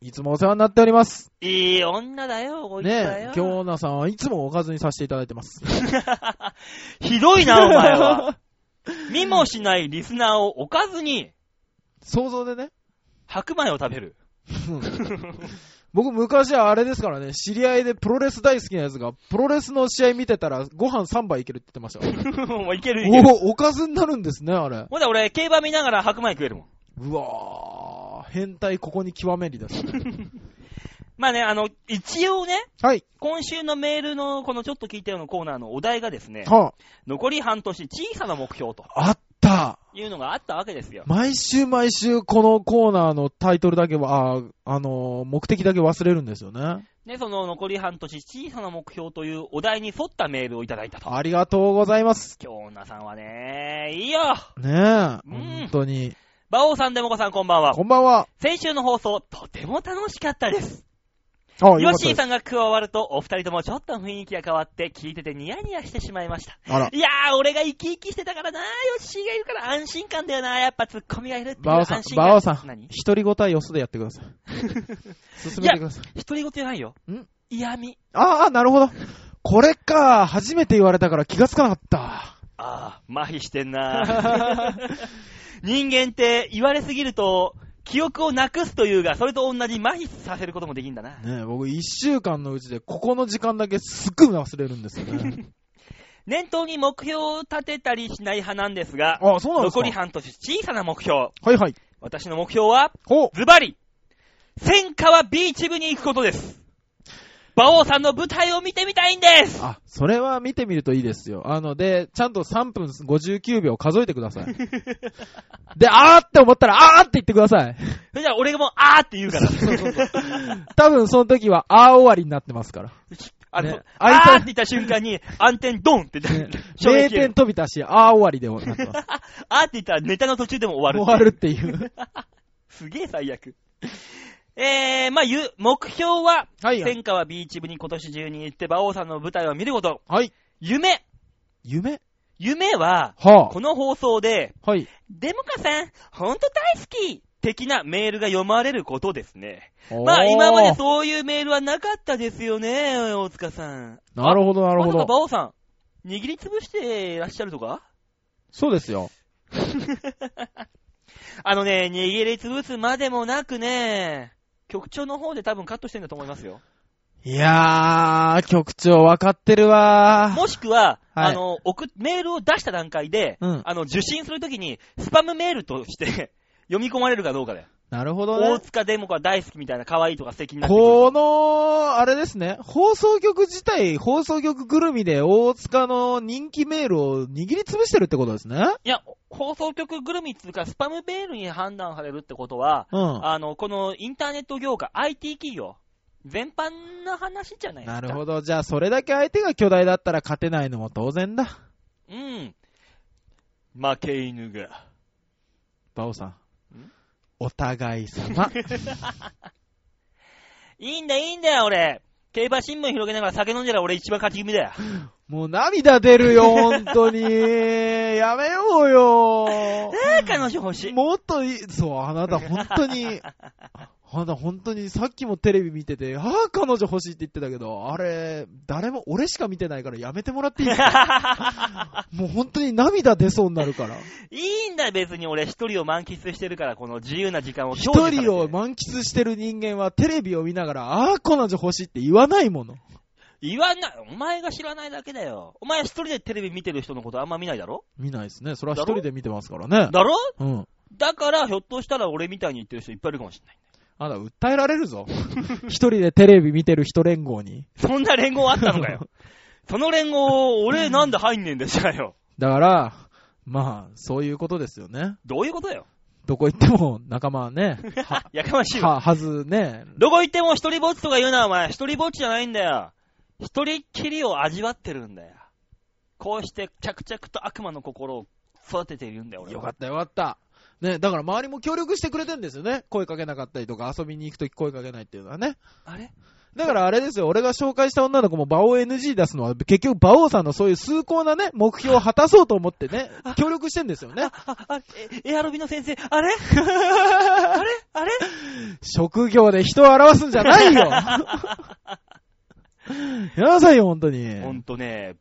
Speaker 2: いつもお世話になっております。
Speaker 1: いい女だよ、こいつだ
Speaker 2: ね
Speaker 1: よ。
Speaker 2: 今日なさんはいつもおかずにさせていただい
Speaker 1: (laughs)
Speaker 2: てます。
Speaker 1: ひどい
Speaker 2: (laughs)
Speaker 1: な、お前は。見もしないリスナーをおかずに
Speaker 2: 想像でね。
Speaker 1: 白米を食べる。 (laughs)
Speaker 2: 僕昔はあれですからね、知り合いでプロレス大好きなやつが、プロレスの試合見てたらご飯3杯いけるって言ってましたよ。
Speaker 1: もういけ (laughs) るいける。
Speaker 2: おお、おかずになるんですね、あれ。
Speaker 1: ほんで俺、競馬見ながら白米食えるもん。
Speaker 2: うわー、変態ここに極めりですね。
Speaker 1: まあね、あの、一応ね、
Speaker 2: はい。
Speaker 1: 今週のメールのこのちょっと聞いたようなコーナーのお題がですね、
Speaker 2: は
Speaker 1: 残り半年小さな目標と
Speaker 2: あ、あった。
Speaker 1: いうのがあったわけですよ。
Speaker 2: 毎週毎週このコーナーのタイトルだけは、あーあのー目的だけ忘れるんですよね。
Speaker 1: ね、その残り半年小さな目標というお題に沿ったメールをいただいたと。
Speaker 2: ありがとうございます。
Speaker 1: 京女さんはね、いいよ
Speaker 2: ねえ、
Speaker 1: うん
Speaker 2: 本当に。
Speaker 1: 馬王さん、デモカさんこんばんは。
Speaker 2: こんばんは。
Speaker 1: 先週の放送、とても楽しかったです。
Speaker 2: あ、よ
Speaker 1: ヨッ
Speaker 2: かっ
Speaker 1: シー
Speaker 2: たです。
Speaker 1: さんが加わると、お二人ともちょっと雰囲気が変わって、聞いててニヤニヤしてしまいました。
Speaker 2: あら。
Speaker 1: いやー、俺が生き生きしてたからな、ヨッシーがいるから安心感だよな、やっぱツッコミがいるっていう
Speaker 2: バオさん
Speaker 1: 安、心感。
Speaker 2: バオさん
Speaker 1: 何、
Speaker 2: 一人ごたえよそでやってく
Speaker 1: (laughs)
Speaker 2: ださい。進めてください。
Speaker 1: 独り言じゃないよ。
Speaker 2: ん
Speaker 1: 嫌味。
Speaker 2: ああ、なるほど。これか、初めて言われたから気がつかなかった。
Speaker 1: ああ、麻痺してんな。
Speaker 2: (laughs)
Speaker 1: 人間って言われすぎると、記憶をなくすというが、それと同じ麻痺させることもできんだな。
Speaker 2: ねえ、僕一週間のうちでここの時間だけすっごい忘れるんですよね。
Speaker 1: (laughs) 念頭に目標を立てたりしない派なんですが、
Speaker 2: あ、そうなんですか
Speaker 1: 残り半年小さな目標。
Speaker 2: はいはい。
Speaker 1: 私の目標は、
Speaker 2: ほう。
Speaker 1: ズバリ、千川ビーチ部に行くことです。馬王さんの舞台を見てみたいんです
Speaker 2: あ、それは見てみるといいですよ。あの、で、ちゃんと3分59秒数えてく (laughs) ださい。で、あーって思ったら、あーって言ってください。
Speaker 1: それじゃあ俺がもう、あーって言うから。
Speaker 2: 多分その時は、あー終わりになってますから。
Speaker 1: あの、
Speaker 2: ね
Speaker 1: あーって言った瞬間に、暗転ドンって言って、衝撃
Speaker 2: 0点飛び出し、あー終わりでなってます。
Speaker 1: あーって言ったらネタの途中でも終
Speaker 2: 終
Speaker 1: わるっていう。
Speaker 2: わるっていう。
Speaker 1: (laughs) すげえ最悪。えー、まあ、ゆ、目標は、
Speaker 2: はいはい
Speaker 1: 戦火はビーチ部に今年中に行って、馬王さんの舞台を見ること。
Speaker 2: はい。
Speaker 1: 夢
Speaker 2: 夢
Speaker 1: 夢は、
Speaker 2: は
Speaker 1: この放送で、
Speaker 2: あ。はい。
Speaker 1: デモカさん、ほんと大好き的なメールが読まれることですね。まあ、今までそういうメールはなかったですよね、大塚さん。
Speaker 2: う。なるほど、なるほ
Speaker 1: まさか
Speaker 2: ど。
Speaker 1: 馬王さん、握りつぶしていらっしゃるとか
Speaker 2: そうですよ。
Speaker 1: あのね、握りつぶすまでもなくね、局長の方で多分カットしてんだと思いますよ。
Speaker 2: いやー、局長わかってるわー。
Speaker 1: もしくは、
Speaker 2: は
Speaker 1: あ
Speaker 2: い
Speaker 1: の、送っ、メールを出した段階で、
Speaker 2: うん
Speaker 1: あの、受信するときに、スパムメールとして読み込まれるかどうかだよ。
Speaker 2: なるほど
Speaker 1: 大
Speaker 2: ね。
Speaker 1: 塚デモカ大好きみたいな可愛いとか素敵になってくる
Speaker 2: この、あれですね、放送局自体、放送局ぐるみで大塚の人気メールを握りつぶしてるってことですね。
Speaker 1: いや、放送局ぐるみっていうか、スパムメールに判断されるってことは、
Speaker 2: うん。
Speaker 1: あの、このインターネット業界、IT 企業、全般の話じゃないです
Speaker 2: な
Speaker 1: か。
Speaker 2: るほど。じゃあ、それだけ相手が巨大だったら勝てないのも当然だ。
Speaker 1: うん。負け犬が。
Speaker 2: バオさん
Speaker 1: ん。
Speaker 2: お互い様。
Speaker 1: (laughs) いいんだ、いいんだよ、俺。競馬新聞広げながら酒飲んじゃら俺一番勝ち組だよ。
Speaker 2: もう涙出るよ、本
Speaker 1: (laughs)
Speaker 2: 当に。やめようよ。
Speaker 1: あー彼女欲しい。
Speaker 2: もっといい、そう、あなた本
Speaker 1: (laughs)
Speaker 2: 当に、あなた本当にさっきもテレビ見てて、ああ、彼女欲しいって言ってたけど、あれ、誰も、俺しか見てないからやめてもらっていい
Speaker 1: (laughs)
Speaker 2: もう本当に涙出そうになるから。
Speaker 1: いいんだよ、別に俺一人を満喫してるから、この自由な時間を享
Speaker 2: 一
Speaker 1: 受されて
Speaker 2: 人を満喫してる人間はテレビを見ながら、ああ、彼女欲しいって言わないもの。
Speaker 1: 言わない。お前が知らないだけだよ。お前一人でテレビ見てる人のことあんま見ないだろ
Speaker 2: 見ないですね。それは一人で見てますからね。
Speaker 1: だろ
Speaker 2: うん。
Speaker 1: だから、ひょっとしたら俺みたいに言ってる人いっぱいいるかもしれない。
Speaker 2: あなた訴えられる
Speaker 1: (laughs)
Speaker 2: ぞ。一人でテレビ見てる人連合に。
Speaker 1: そんな連合あったのか
Speaker 2: (laughs)
Speaker 1: よ。その連合、俺なんで入んねんでしょよ。
Speaker 2: だから、まあ、そういうことですよね。
Speaker 1: どういうことよ。
Speaker 2: どこ行っても仲間は (laughs) ね、は、
Speaker 1: やかましいわ。
Speaker 2: は、はずね。
Speaker 1: どこ行っても一人ぼっちとか言うな、お前。一人ぼっちじゃないんだよ。一人っきりを味わってるんだよ。こうして着々と悪魔の心を育てているんだよ、俺は。
Speaker 2: (laughs) よかったよかった。ね、だから周りも協力してくれてんですよね。声かけなかったりとか、遊びに行くとき声かけないっていうのはね。
Speaker 1: あれ
Speaker 2: だからあれですよ、俺が紹介した女の子も馬王 NG 出すのは、結局馬王さんのそういう崇高なね、目標を果たそうと思ってね、 (laughs) 協力してんですよね。
Speaker 1: あ、あ、えエアロビの先生、あ
Speaker 2: (laughs)
Speaker 1: れあれあれ
Speaker 2: 職業で人を表すんじゃない (laughs) よやめなさいよ、本当に。
Speaker 1: ほんとね、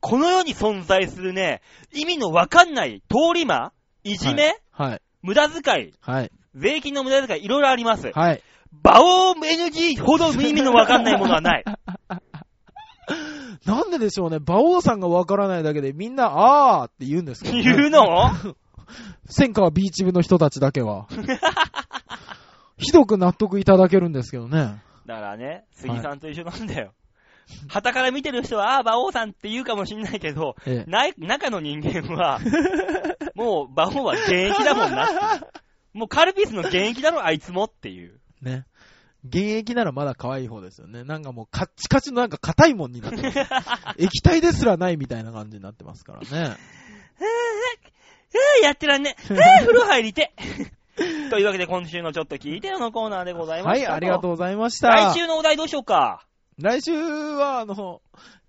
Speaker 1: この世に存在するね、意味のわかんない通り魔いじめ、
Speaker 2: はい。
Speaker 1: 無駄遣い
Speaker 2: はい。
Speaker 1: 税金の無駄遣い、いろいろあります。
Speaker 2: はい。
Speaker 1: バオ NG ほど意味のわかんないものはない。
Speaker 2: なんででしょうね、馬王さんがわからないだけでみんな、あーって言うんですけど、ね。
Speaker 1: 言うの
Speaker 2: 戦火はビーチ部の人たちだけは。 (laughs) ひどく納得いただけるんですけどね。
Speaker 1: だからね、杉さんと一緒なんだよ。旗から見てる人は、ああ、馬王さんって言うかもしんないけど、
Speaker 2: ええ、
Speaker 1: ない中の人間は、もう馬王は現役だもんなって。もうカルピスの現役だろ、あいつもっていう。
Speaker 2: ね。現役ならまだ可愛い方ですよね。なんかもうカッチカチのなんか硬いもんになって (laughs) ます。液体ですらないみたいな感じになってますからね。
Speaker 1: えー、やって
Speaker 2: (laughs)
Speaker 1: らんね。えー、風呂入りて。というわけで今週のちょっと聞いてよのコーナーでございま
Speaker 2: は
Speaker 1: し
Speaker 2: い、
Speaker 1: た。
Speaker 2: ありがとうございました。
Speaker 1: 来週のお題どうしようか。
Speaker 2: 来週は、あの、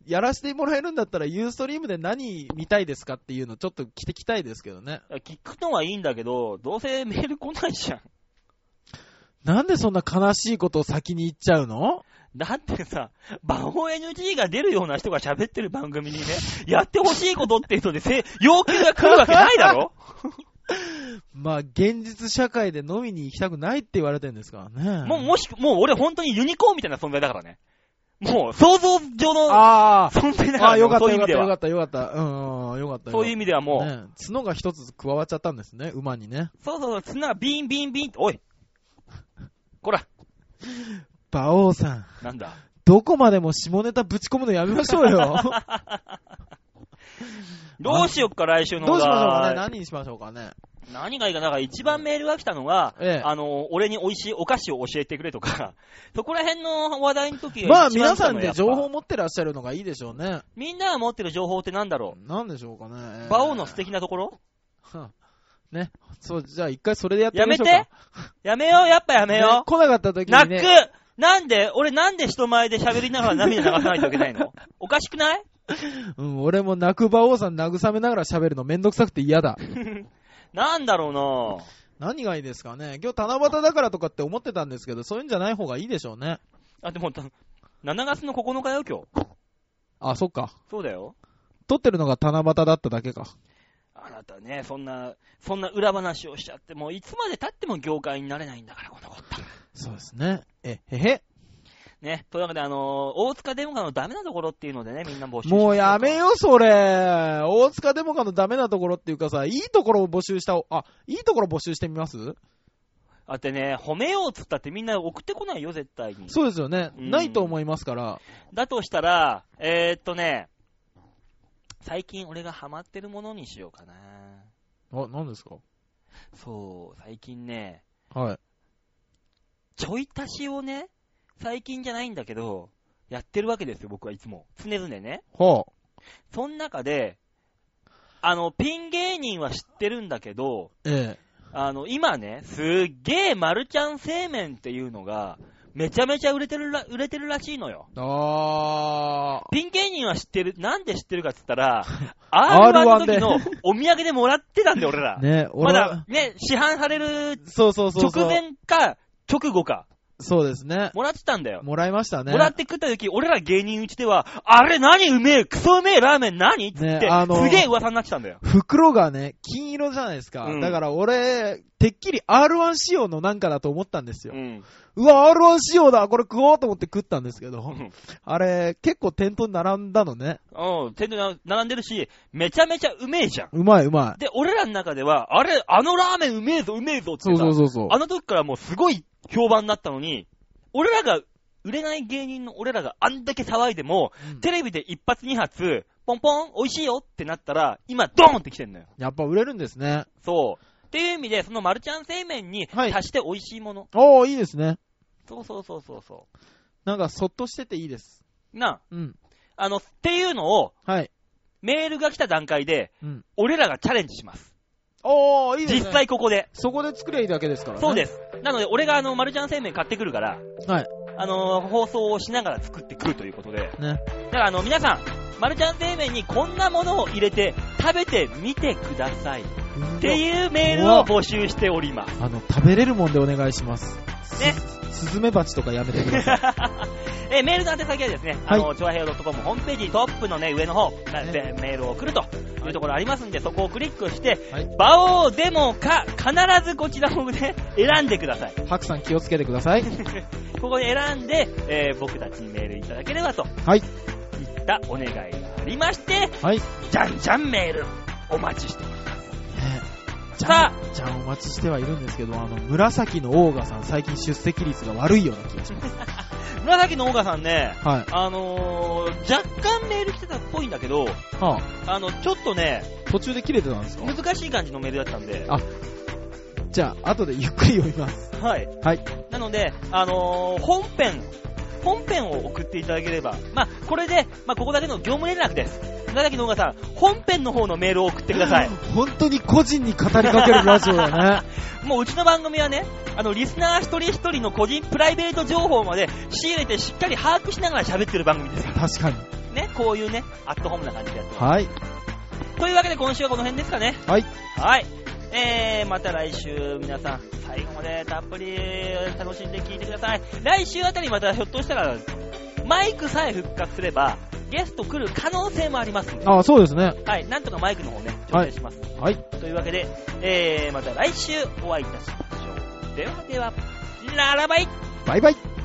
Speaker 2: やらせてもらえるんだったら、ユーストリームで何見たいですかっていうのちょっと聞いてきたいですけどね。
Speaker 1: 聞くのはいいんだけど、どうせメール来ないじゃん。 (laughs)
Speaker 2: なんでそんな悲しいことを先に言っちゃうの
Speaker 1: だってさ、バオ NG が出るような人が喋ってる番組
Speaker 2: (laughs)
Speaker 1: にね、やってほしいことっていう人でせ要求が来るわけないだ
Speaker 2: (laughs)
Speaker 1: ろ
Speaker 2: まあ、現実社会で飲みに行きたくないって言われてるんですからね。
Speaker 1: もう、もしく、もう俺本当にユニコーンみたいな存在だからね。もう、想像上の
Speaker 2: あ
Speaker 1: 存在だ
Speaker 2: あ、
Speaker 1: か
Speaker 2: あ
Speaker 1: ら
Speaker 2: あ、
Speaker 1: ね、
Speaker 2: よかっ
Speaker 1: そう
Speaker 2: た
Speaker 1: いう意
Speaker 2: よか
Speaker 1: 味
Speaker 2: った
Speaker 1: で
Speaker 2: よか
Speaker 1: は。
Speaker 2: ったよかった。うんうん、よかったよ。
Speaker 1: そういう意味ではもう、
Speaker 2: ね、角が一つ加わっちゃったんですね、馬にね。
Speaker 1: そうそう、綱がビンビンビンって、おい。こら、
Speaker 2: 馬王さん、
Speaker 1: なんだ。
Speaker 2: どこまでも下ネタぶち込むのやめまし
Speaker 1: (laughs)
Speaker 2: ょうよ。
Speaker 1: どうしよっか、来週の
Speaker 2: ど
Speaker 1: お
Speaker 2: うしましょうか
Speaker 1: 題
Speaker 2: ね。何にしましょうかね。
Speaker 1: 何がいいかな、なんか一番メールが来たのが、
Speaker 2: ええ
Speaker 1: あの、俺に美味しいお菓子を教えてくれとか、 (laughs) そこら辺の話題の時が
Speaker 2: まあ
Speaker 1: 一番
Speaker 2: 皆
Speaker 1: 来たの
Speaker 2: さん
Speaker 1: は
Speaker 2: で
Speaker 1: やっぱ
Speaker 2: 情報を持ってらっしゃるのがいいでしょうね。
Speaker 1: みんなが持ってる情報ってなんだろ
Speaker 2: なんでしょうかね
Speaker 1: う。。馬王の素敵なところ
Speaker 2: はあ (laughs) ね。そう、じゃあ一回それでやって
Speaker 1: や
Speaker 2: み
Speaker 1: め
Speaker 2: ましょ
Speaker 1: て
Speaker 2: うか。
Speaker 1: やめ
Speaker 2: (laughs)
Speaker 1: よう、やっぱやめ
Speaker 2: ね
Speaker 1: よ
Speaker 2: 来なかった
Speaker 1: う。
Speaker 2: 時
Speaker 1: ナ
Speaker 2: に
Speaker 1: ック
Speaker 2: ね。
Speaker 1: なんで、俺なんで人前で喋りながら涙流さないといけない
Speaker 2: (laughs)
Speaker 1: のおかしくない
Speaker 2: うん、俺も泣く馬王さん慰めながら喋るのめんどくさくて嫌だ。
Speaker 1: なんだろ
Speaker 2: 何がいいですかね今日七夕だからとかって思ってたんですけど、そういうんじゃない方がいいでしょうね。
Speaker 1: うなあ、でも、た7月の9日よ、今日。
Speaker 2: あ、そっか。
Speaker 1: そうだよ。
Speaker 2: 撮ってるのが七夕だっただけか。
Speaker 1: あなたね、そんな、そんな裏話をしちゃって、もういつまで経っても業界になれないんだから、こんなこと。
Speaker 2: そうですね。え、へへ。
Speaker 1: ね、というわけで、あのー大塚デモカのダメなところっていうのでね、みんな募集して
Speaker 2: もうやめ
Speaker 1: よ
Speaker 2: よ、それ。大塚デモカのダメなところっていうかさ、いいところを募集したお、あ、いいところ募集してみます
Speaker 1: だってね、褒めようっつったってみんな送ってこないよ、絶対に。
Speaker 2: そうですよね。
Speaker 1: うん
Speaker 2: ないと思いますから。
Speaker 1: だとしたら、えー、っとね、最近俺がハマってるものにしようかな。
Speaker 2: あ、何ですか
Speaker 1: そう、最近ね、
Speaker 2: はい。
Speaker 1: ちょい足しをね、最近じゃないんだけど、やってるわけですよ、僕はいつも。常々ね。
Speaker 2: はあ。
Speaker 1: その中で、あの、ピン芸人は知ってるんだけど、
Speaker 2: え
Speaker 1: あの、今ね、すっげえマルちゃん製麺っていうのが、めちゃめちゃ売れてるら、売れてるらしいのよ。
Speaker 2: え。あ
Speaker 1: ピン芸人は知ってる、なんで知ってるかって言った
Speaker 2: (laughs)
Speaker 1: ら、
Speaker 2: R1
Speaker 1: R1 の時のお土産でもらってたんだよ、俺ら。
Speaker 2: ー。ね、
Speaker 1: ま
Speaker 2: 俺
Speaker 1: だ
Speaker 2: は、
Speaker 1: ね、市販される
Speaker 2: そうそうそう
Speaker 1: 直
Speaker 2: そう。
Speaker 1: 前か、直後か、
Speaker 2: そうですね。
Speaker 1: もらってたんだよ。
Speaker 2: もらいましたね。
Speaker 1: もらって食った時、俺ら芸人うちでは、あれ何うめえ、クソうめえラーメン何っつって、
Speaker 2: ねあのー
Speaker 1: すげえ噂になってたんだよ。
Speaker 2: 袋がね、金色じゃないですか。
Speaker 1: うん
Speaker 2: だから俺、てっきり R1 仕様のなんかだと思ったんですよ
Speaker 1: う。ん。
Speaker 2: うわ、R1 仕様だこれ食おうと思って食ったんですけ
Speaker 1: う
Speaker 2: ど、
Speaker 1: ん
Speaker 2: あれ、結構店頭に並んだのね。
Speaker 1: うん。店頭に並んでるし、めちゃめちゃうめえじゃん。
Speaker 2: うまいうまい。
Speaker 1: で、俺らの中では、あれ、あのラーメンうめえぞ、うめえぞって
Speaker 2: そ
Speaker 1: さ
Speaker 2: うそうそうそう。
Speaker 1: あの時からもうすごい評判になったのに、俺らが、売れない芸人の俺らがあんだけ騒いでも、
Speaker 2: うん
Speaker 1: テレビで一発二発、ポンポン、美味しいよってなったら、今、ドーンって来てんのよ。
Speaker 2: やっぱ売れるんですね。
Speaker 1: そう。っていう意味で、そのマルちゃん製麺に
Speaker 2: はい
Speaker 1: 足して美味しいもの。
Speaker 2: おー、いいですね。
Speaker 1: そうそうそうそうそ
Speaker 2: なんかそっとしてていいです。
Speaker 1: う。な
Speaker 2: うん。
Speaker 1: あ、あの、っていうのを、
Speaker 2: はい。
Speaker 1: メールが来た段階で、
Speaker 2: うん
Speaker 1: 俺らがチャレンジします。
Speaker 2: おー、いいですね。
Speaker 1: 実際ここで。
Speaker 2: そこで作りゃいいだけですからね。
Speaker 1: そうです。なので、俺があの、マルちゃん製麺買ってくるから、
Speaker 2: はい。
Speaker 1: あのー放送をしながら作ってくるということで。
Speaker 2: ね。
Speaker 1: だからあの、皆さん、マルちゃん製麺にこんなものを入れて食べてみてください。っていうメールを募集しております。 (laughs)
Speaker 2: あの、食べれるもんでお願いします。
Speaker 1: ね。
Speaker 2: スズメバチとかやめてください。
Speaker 1: えーメールの宛先はですね、あの、チョアヘイドットコムホームページトップのね、上の方、でメールを送るというところありますんで、そこをクリックして、
Speaker 2: はい
Speaker 1: バオでもか、必ずこちらをね、選んでください。
Speaker 2: 白さん気をつけてく
Speaker 1: (laughs)
Speaker 2: ださい。
Speaker 1: ここで選んで、えー僕たちにメールいただければと
Speaker 2: はい。
Speaker 1: いったお願いがありまして、
Speaker 2: はい。ね
Speaker 1: じゃんじゃんメールお待ちしてます。
Speaker 2: じゃ
Speaker 1: さ
Speaker 2: あ、じゃあお待ちしてはいるんですけど、あの、紫のオーガさん最近出席率が悪いような気がします。
Speaker 1: あ、紫のオーガさんね、
Speaker 2: はい。
Speaker 1: あのー、若干メール来てたっぽいんだけど、
Speaker 2: は
Speaker 1: あの、ちょっとね、
Speaker 2: あ、途中で切れてたんですか
Speaker 1: 難しい感じのメールだったんで、
Speaker 2: じゃあ、後でゆっくり読みます。
Speaker 1: はい。
Speaker 2: はい。
Speaker 1: なので、あのー、本編、本編を送っていただければ、まあ、これで、まあ、ここだけの業務連絡です。紫のオーガさん、本編の方のメールを送ってください。
Speaker 2: 本当に個人に語りかけるラジオ (laughs) だね。
Speaker 1: もううちの番組はね、あの、リスナー一人一人の個人プライベート情報まで仕入れてしっかり把握しながら喋ってる番組ですよ。
Speaker 2: 確かに。
Speaker 1: ね、こういうね、アットホームな感じでやってま
Speaker 2: はい。
Speaker 1: す。というわけで今週はこの辺ですかね。
Speaker 2: はい。
Speaker 1: はい。えー、また来週皆さん、最後までたっぷり楽しんで聞いてください。来週あたりまたひょっとしたら、マイクさえ復活すれば、ゲスト来る可能性もありますんで、
Speaker 2: ああ、そうですね。
Speaker 1: はい、なんとかマイクの方ね、調整します。
Speaker 2: はい。
Speaker 1: というわけで、えー、また来週お会いいたしましょう。ではでは、ララバイ
Speaker 2: バイバイ。